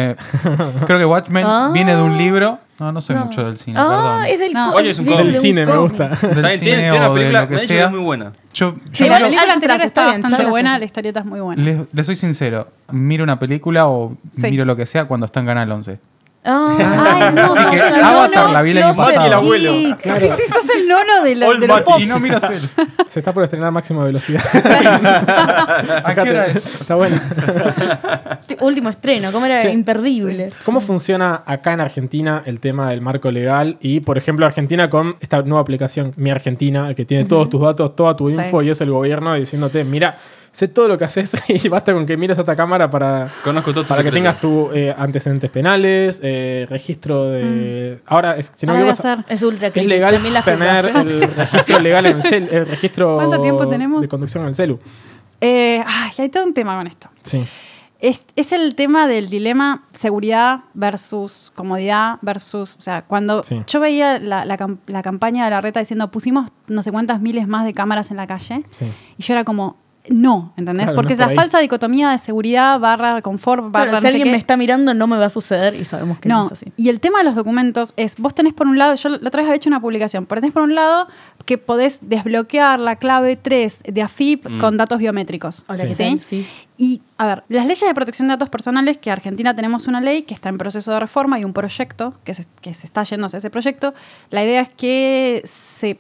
me- creo que Watchmen Ah. viene de un libro. No, no soy mucho del cine, Ah, es del, No. co- Oye, es un viene cómic. El de un cine me cómic. gusta. perdón. Del Está bien, cine tiene, o tiene una de película, lo que me han dicho que sea. es muy buena. Yo, Sí, yo Ah, la Igual- miro- película Altas anterior frases, está está bien, bastante son las buena, frases. la historieta es muy buena. les, les soy sincero, miro una película o Sí. miro lo que sea cuando está en Canal 11. Ah, Ay, no, Así sos que el Avatar nono la vi el año closet pasado. el abuelo. geek. Sí, sí, sos el nono de, lo, de los pop. Y no miro tele. Se está por estrenar máxima velocidad. ¿A qué hora es? Está bueno. Este Último estreno, cómo era Sí. imperdible. ¿Cómo funciona acá en Argentina el tema del marco legal? Y, por ejemplo, Argentina con esta nueva aplicación, Mi Argentina, que tiene todos tus datos, toda tu Sí. info, y es el gobierno diciéndote, mira, sé todo lo que haces y basta con que mires a esta cámara para, Conozco todo tu para que secreto. tengas tus antecedentes penales, eh, registro de... Ahora, es- si no me Mm. Ahora voy a equivoco, hacer. Es ultra es creepy. legal También las tener frases. el registro legal en el cel, el registro ¿Cuánto tiempo tenemos? de conducción en el celu. Eh, ay, hay todo un tema con esto. Sí. Es, es el tema del dilema seguridad versus comodidad versus... O sea, cuando Sí. yo veía la, la cam- la campaña de la reta diciendo pusimos no sé cuántas miles más de cámaras en la calle Sí. y yo era como... No, ¿entendés? Claro, no Porque es la por ahí. falsa dicotomía de seguridad barra confort barra Claro, no si sé alguien qué. me está mirando, no me va a suceder y sabemos que no, No, es así. y el tema de los documentos es, vos tenés por un lado, yo la otra vez había hecho una publicación, pero tenés por un lado que podés desbloquear la clave 3 de AFIP Mm. con datos biométricos. Hola, Sí. ¿qué tal? Sí. Y, a ver, las leyes de protección de datos personales, que Argentina tenemos una ley que está en proceso de reforma y un proyecto que se, que se está yendo hacia ese proyecto, la idea es que se,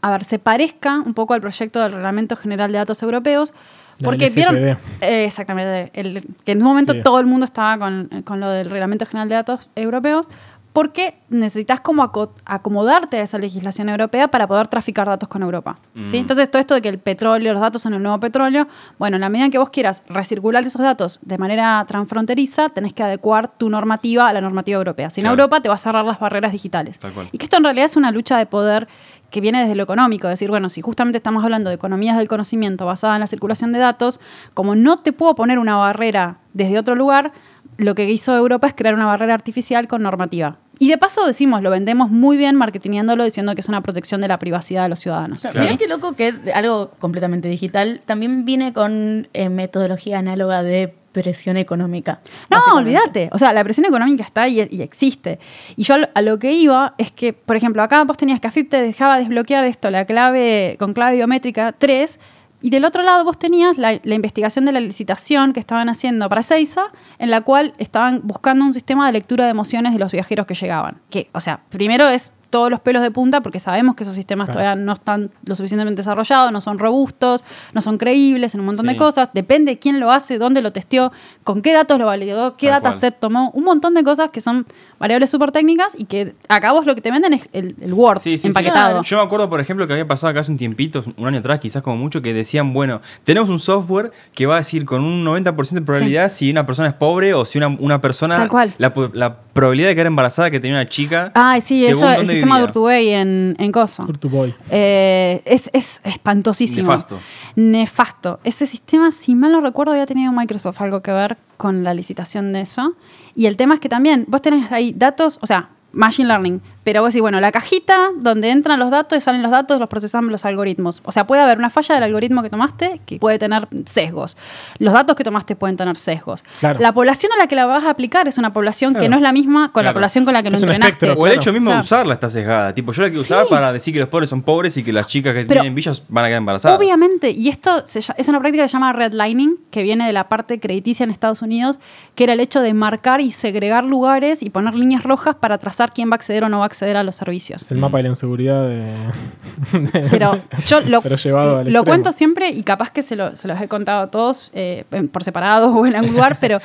a ver, se parezca un poco al proyecto del Reglamento General de Datos Europeos, La porque LGPD. vieron... Eh, exactamente, el, que en un momento Sí. todo el mundo estaba con, eh, con lo del Reglamento General de Datos Europeos, porque necesitas como aco- acomodarte a esa legislación europea para poder traficar datos con Europa. Mm. ¿sí? Entonces, todo esto de que el petróleo, los datos son el nuevo petróleo, bueno, en la medida en que vos quieras recircular esos datos de manera transfronteriza, tenés que adecuar tu normativa a la normativa europea. Si no, Claro. Europa te va a cerrar las barreras digitales. Tal cual. Y que esto en realidad es una lucha de poder que viene desde lo económico, decir, bueno, si justamente estamos hablando de economías del conocimiento basada en la circulación de datos, como no te puedo poner una barrera desde otro lugar, lo que hizo Europa es crear una barrera artificial con normativa. Y de paso decimos, lo vendemos muy bien marketingándolo diciendo que es una protección de la privacidad de los ciudadanos. Claro, ¿sí? mirá qué loco que algo completamente digital también viene con eh, metodología análoga de presión económica. No, básicamente. olvídate. O sea, la presión económica está y, y existe. Y yo al- a lo que iba es que, por ejemplo, acá vos tenías que AFIP te dejaba desbloquear esto, la clave con clave biométrica 3, y del otro lado vos tenías la, la investigación de la licitación que estaban haciendo para Seiza, en la cual estaban buscando un sistema de lectura de emociones de los viajeros que llegaban. Que, o sea, primero es todos los pelos de punta porque sabemos que esos sistemas Claro. todavía no están lo suficientemente desarrollados, no son robustos, no son creíbles en un montón de Sí. cosas. Depende de quién lo hace, dónde lo testeó, con qué datos lo validó, qué Tal dataset tomó, un montón de cosas que son variables súper técnicas y que acá vos lo que te venden es el, el Word Sí, sí, sí. empaquetado. Yo me acuerdo, por ejemplo, que había pasado acá hace un tiempito, un año atrás, quizás como mucho, que decían, bueno, tenemos un software que va a decir con un 90% de probabilidad si una persona es pobre o si una, una persona... Tal cual. La, po- la probabilidad de quedar embarazada que tenía una chica... Ay, sí, según eso, el dónde sistema de vivía. Urtubey en, en Coso. Kurt Boy. Eh, es, es espantosísimo. Nefasto. Nefasto. Ese sistema, si mal no recuerdo, había tenido Microsoft algo que ver con la licitación de eso. Y el tema es que también vos tenés ahí datos, o sea, Machine Learning, pero vos decís, bueno, la cajita donde entran los datos y salen los datos, los procesamos los algoritmos. O sea, puede haber una falla del algoritmo que tomaste que puede tener sesgos. Los datos que tomaste pueden tener sesgos. Claro. La población a la que la vas a aplicar es una población que Claro. no es la misma con la Claro. población con la que lo Es un entrenaste. espectro. O el hecho Claro. mismo O sea, de usarla está sesgada. Tipo, yo la quiero usar Sí. para decir que los pobres son pobres y que las chicas que Pero- viven en villas van a quedar embarazadas. Obviamente, y esto se ll- es una práctica que se llama redlining, que viene de la parte crediticia en Estados Unidos, que era el hecho de marcar y segregar lugares y poner líneas rojas para trazar quién va a acceder o no va a acceder a los servicios. Es el mapa de la inseguridad de... Pero yo lo, Pero llevado al lo extremo. cuento siempre y capaz que se, lo- se los he contado a todos eh, en- por separado o en algún lugar, pero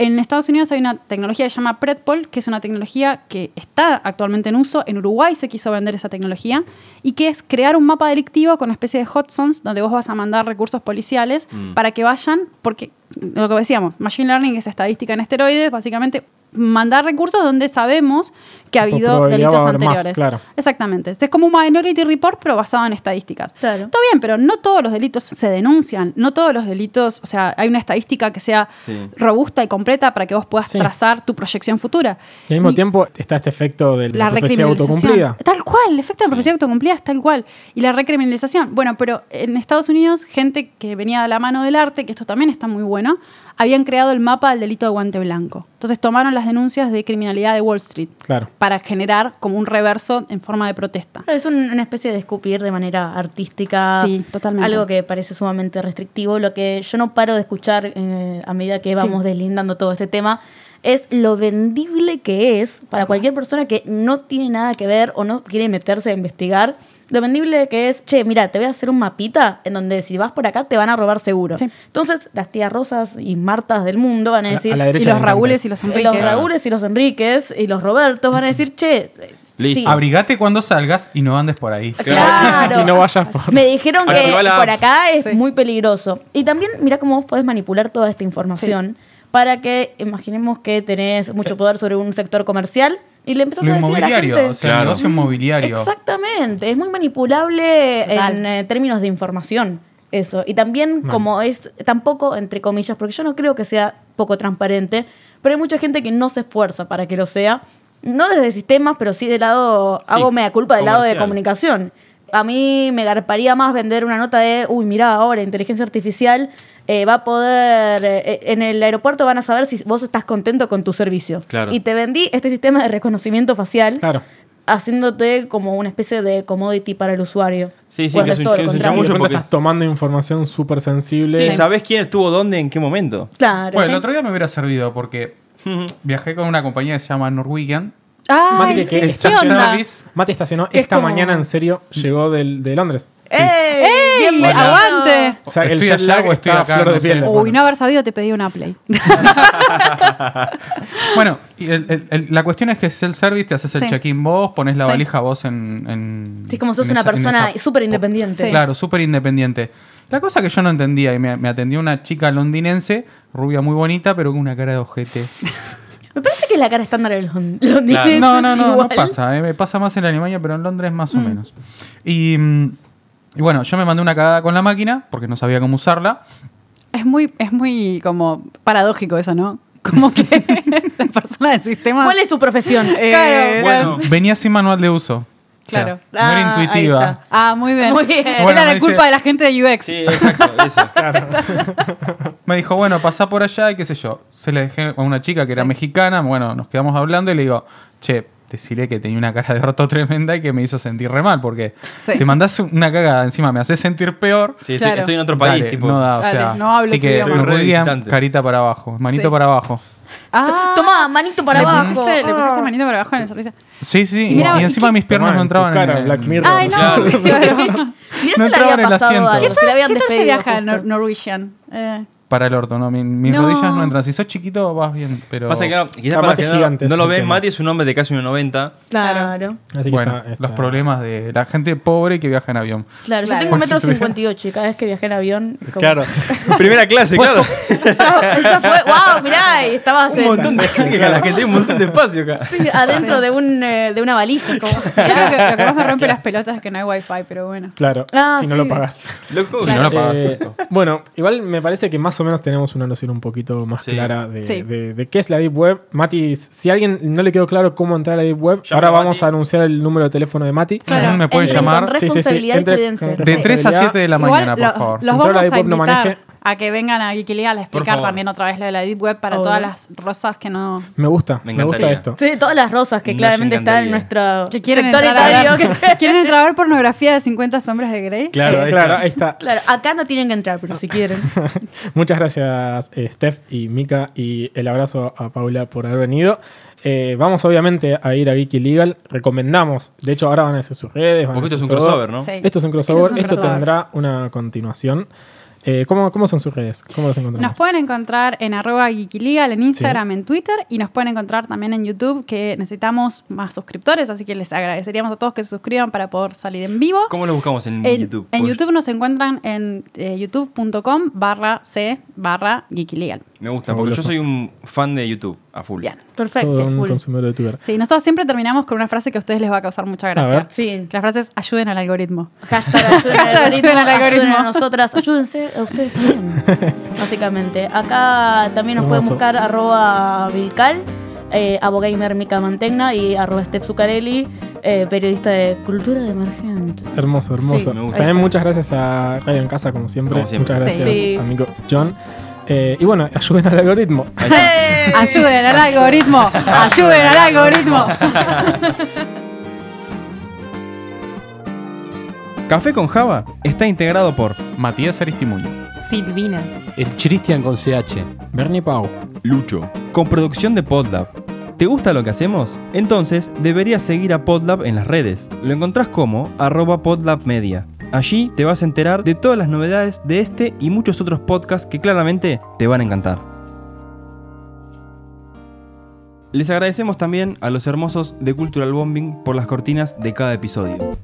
En Estados Unidos hay una tecnología que se llama Predpol, que es una tecnología que está actualmente en uso. En Uruguay se quiso vender esa tecnología y que es crear un mapa delictivo con una especie de hot zones donde vos vas a mandar recursos policiales para que vayan, porque lo que decíamos, Machine Learning es estadística en esteroides, básicamente mandar recursos donde sabemos que ha Por habido probabilidad delitos va a haber más, anteriores. claro. Exactamente. Es como un minority report, pero basado en estadísticas. Claro. Está bien, pero no todos los delitos se denuncian. No todos los delitos, o sea, hay una estadística que sea Sí. robusta y completa para que vos puedas Sí. trazar tu proyección futura. Y al mismo Y- tiempo está este efecto de la, la profecía recriminalización. autocumplida. Tal cual, el efecto de la profecía autocumplida es tal cual. Y la recriminalización. Bueno, pero en Estados Unidos, gente que venía de la mano del arte, que esto también está muy bueno, habían creado el mapa del delito de guante blanco. Entonces tomaron las denuncias de criminalidad de Wall Street Claro. para generar como un reverso en forma de protesta. Es un- una especie de escupir de manera artística. Sí, totalmente. Algo que parece sumamente restrictivo. Lo que yo no paro de escuchar eh, a medida que vamos deslindando todo este tema es lo vendible que es para cualquier persona que no tiene nada que ver o no quiere meterse a investigar. Lo vendible que es, che, mira, te voy a hacer un mapita en donde si vas por acá te van a robar seguro. Sí. Entonces, las tías Rosas y Martas del mundo van a A la- decir, a la Y derecha los me Raúles y encanta. los Enriques. los Raúles y los Enriques y los Robertos van a decir, che, eh, Listo. sí. Abrigate cuando salgas y no andes por ahí. Claro. Y no vayas por- Me dijeron Ahora que activa la por app. acá es Sí. muy peligroso. Y también mira cómo vos podés manipular toda esta información para que imaginemos que tenés Eh. mucho poder sobre un sector comercial y le empezás Lo a decir a la inmobiliario, gente- o sea, Claro. el negocio inmobiliario. Exactamente, es muy manipulable Total. en eh, términos de información eso. Y también Mal. como es tampoco entre comillas, porque yo no creo que sea poco transparente, pero hay mucha gente que no se esfuerza para que lo sea, no desde sistemas, pero sí del lado hago mea culpa del lado de comercial. comunicación. A mí me garparía más vender una nota de, uy, mira, ahora inteligencia artificial eh, va a poder, eh, en el aeropuerto van a saber si vos estás contento con tu servicio. Claro. Y te vendí este sistema de reconocimiento facial Claro. haciéndote como una especie de commodity para el usuario. Sí, sí, Cuando que es es un- todo lo que es un Y de contrario. Mucho repente porque- estás tomando información súper sensible. Sí, sabes quién estuvo dónde, en qué momento. Claro. Bueno, el sí. otro día me hubiera servido porque viajé con una compañía que se llama Norwegian. Ah, Mati, que- ¿qué que- onda? Service. Mate estacionó Que es esta como- mañana en serio, llegó del, de Londres. ¡Ey! ¡Ey! ¡Bienvenido! ¡Aguante! O sea, el Estoy jet allá lag o estoy está a acá, flor de no sé. piel. Uy, no haber sabido te pedí una play. Bueno, y el- el- el- la cuestión es que self-service, te haces el Sí. check-in vos, pones la Sí. valija vos en... en Sí, como sos en una esa- en persona esa- súper independiente. Sí. Claro, súper independiente. La cosa que yo no entendía, y me, me atendió una chica londinense, rubia muy bonita, pero con una cara de ojete. Me parece que es la cara estándar de los londinenses. No, no, no, no igual. Mm. pasa. eh, Me pasa más en Alemania, pero en Londres más o menos. Y, mm, y bueno, yo me mandé una cagada con la máquina, porque no sabía cómo usarla. Es muy, es muy como paradójico eso, ¿no? Como que la persona del sistema. ¿Cuál es tu profesión? Eh, Claro, bueno. Venía sin manual de uso. Claro. O sea, no Ah, era ahí intuitiva. está. Ah, muy bien. Muy bien. Era Bueno, la me culpa dice- de la gente de UX. Sí, exacto, eso. Me dijo, bueno, pasá por allá y qué sé yo. Se le dejé a una chica que era Sí. mexicana, bueno, nos quedamos hablando y le digo, che, deciré que tenía una cara de orto tremenda y que me hizo sentir re mal, porque Sí. te mandás una cagada, encima me haces sentir peor. Sí, estoy, Claro. estoy en otro país, Dale, tipo. No da, o Dale, sea, no hablo así tu que idioma. nos Re volvían visitante. carita para abajo, manito Sí. para abajo. Ah, Toma, manito para le abajo. Ah. pusiste, le pusiste manito para abajo en el servicio. Sí, sí, Y y, mira, y ¿y encima qué- mis piernas Tomá, no en tu entraban en cara, el- Black Mirror. Ay, no. Claro. sí, claro. Mirá No si le entraba en había el pasado asiento. algo. Si le habían ¿Qué tal se despedido. viaja en justo. Nor- Norwegian? Eh, Para el orto, ¿no? Mi- Mis, No. rodillas no entran. Si sos chiquito, vas bien, pero... Pasa que claro, quizás Ah, para los Mati que es no, gigante, no es lo el ven, tema. Mati es un hombre de casi 1,90. Claro. Así que bueno, está- está- los problemas de la gente pobre que viaja en avión. Claro, yo Claro. tengo un metro cincuenta y ocho y cada vez que viajé en avión. como- Primera clase, claro. Ya, ya fue. ¡Wow! Mirá, y estabas un eh, montón de la que tiene un montón de espacio acá. sí, adentro de, un, eh, de una valija. como- Yo lo que, lo que más me rompe las pelotas es que no hay wifi, pero bueno. Claro, Ah, si no sí, lo sí. pagas. Loco. Si no lo pagas. Eh, bueno, igual me parece que más o menos tenemos una noción un poquito más Sí. clara de, Sí. de- de qué es la Deep Web. Mati, si a alguien no le quedó claro cómo entrar a la Deep Web, Llama ahora a vamos Mati. a anunciar el número de teléfono de Mati. Claro. Me pueden Entren llamar con Sí, sí, sí, responsabilidad y entre cuídense. con- De 3 a 7 de la Igual lo- mañana, por favor. Los Si toda la vamos Deep a Web no invitar maneje. a que vengan a Wikileaks a explicar favor. también otra vez lo de la Deep Web para Obvio. todas las rosas que no... Me gusta, Me me, gusta esto. encantaría. Sí, todas las rosas que Nos claramente están en encantaría. nuestro Que quieren sector entrar a etario. ver, quieren entrar a ver pornografía de 50 sombras de Grey. Claro, ahí claro, está. ahí está. Claro, acá no tienen que entrar, pero si quieren. Muchas gracias, eh, Steph y Mika, y el abrazo a Paula por haber venido. Eh, vamos, obviamente, a ir a Wiki Legal. Recomendamos, de hecho, ahora van a hacer sus redes. van a Porque esto es hacer un todo. crossover, ¿no? Sí. Esto es un crossover, Esto es un esto crossover. tendrá una continuación. Eh, ¿cómo, ¿Cómo son sus redes? ¿Cómo los encontramos? Nos pueden encontrar en arroba geekylegal en Instagram, en Twitter y nos pueden encontrar también en YouTube que necesitamos más suscriptores, así que les agradeceríamos a todos que se suscriban para poder salir en vivo. ¿Cómo lo buscamos en, En YouTube? en Porque YouTube nos encuentran en eh, youtube.com barra c barra geekylegal. Me gusta, porque yo Fabuloso. soy un fan de YouTube, a full. Bien. Perfecto, Todo un full. consumidor de Twitter. Sí, nosotros siempre terminamos con una frase que a ustedes les va a causar mucha gracia. ver. Sí. La frase es ayuden al algoritmo. Hashtag ayuden al Hashtag algoritmo, ayuden al algoritmo. ayuden a nosotras, ayúdense a ustedes también, básicamente. Acá también nos pueden Hermoso. buscar arroba Vilcal, eh, abogamer Mica Mantegna y arroba Steph Zuccarelli, eh, periodista de Cultura de Emergente. Hermoso, hermoso. Sí, me gusta. También muchas gracias a Radio en Casa, como siempre. Como siempre. Muchas gracias, Sí. Sí. amigo John. Eh, y bueno, ayuden al algoritmo. Ahí está. Ayuden al algoritmo. Ayuden al algoritmo. Café con Java está integrado por Matías Aristimuño. Silvina. El Christian con CH. Bernie Pau. Lucho, con producción de Podlab. ¿Te gusta lo que hacemos? Entonces deberías seguir a Podlab en las redes. Lo encontrás como arroba podlabmedia. Allí te vas a enterar de todas las novedades de este y muchos otros podcasts que claramente te van a encantar. Les agradecemos también a los hermosos de Cultural Bombing por las cortinas de cada episodio.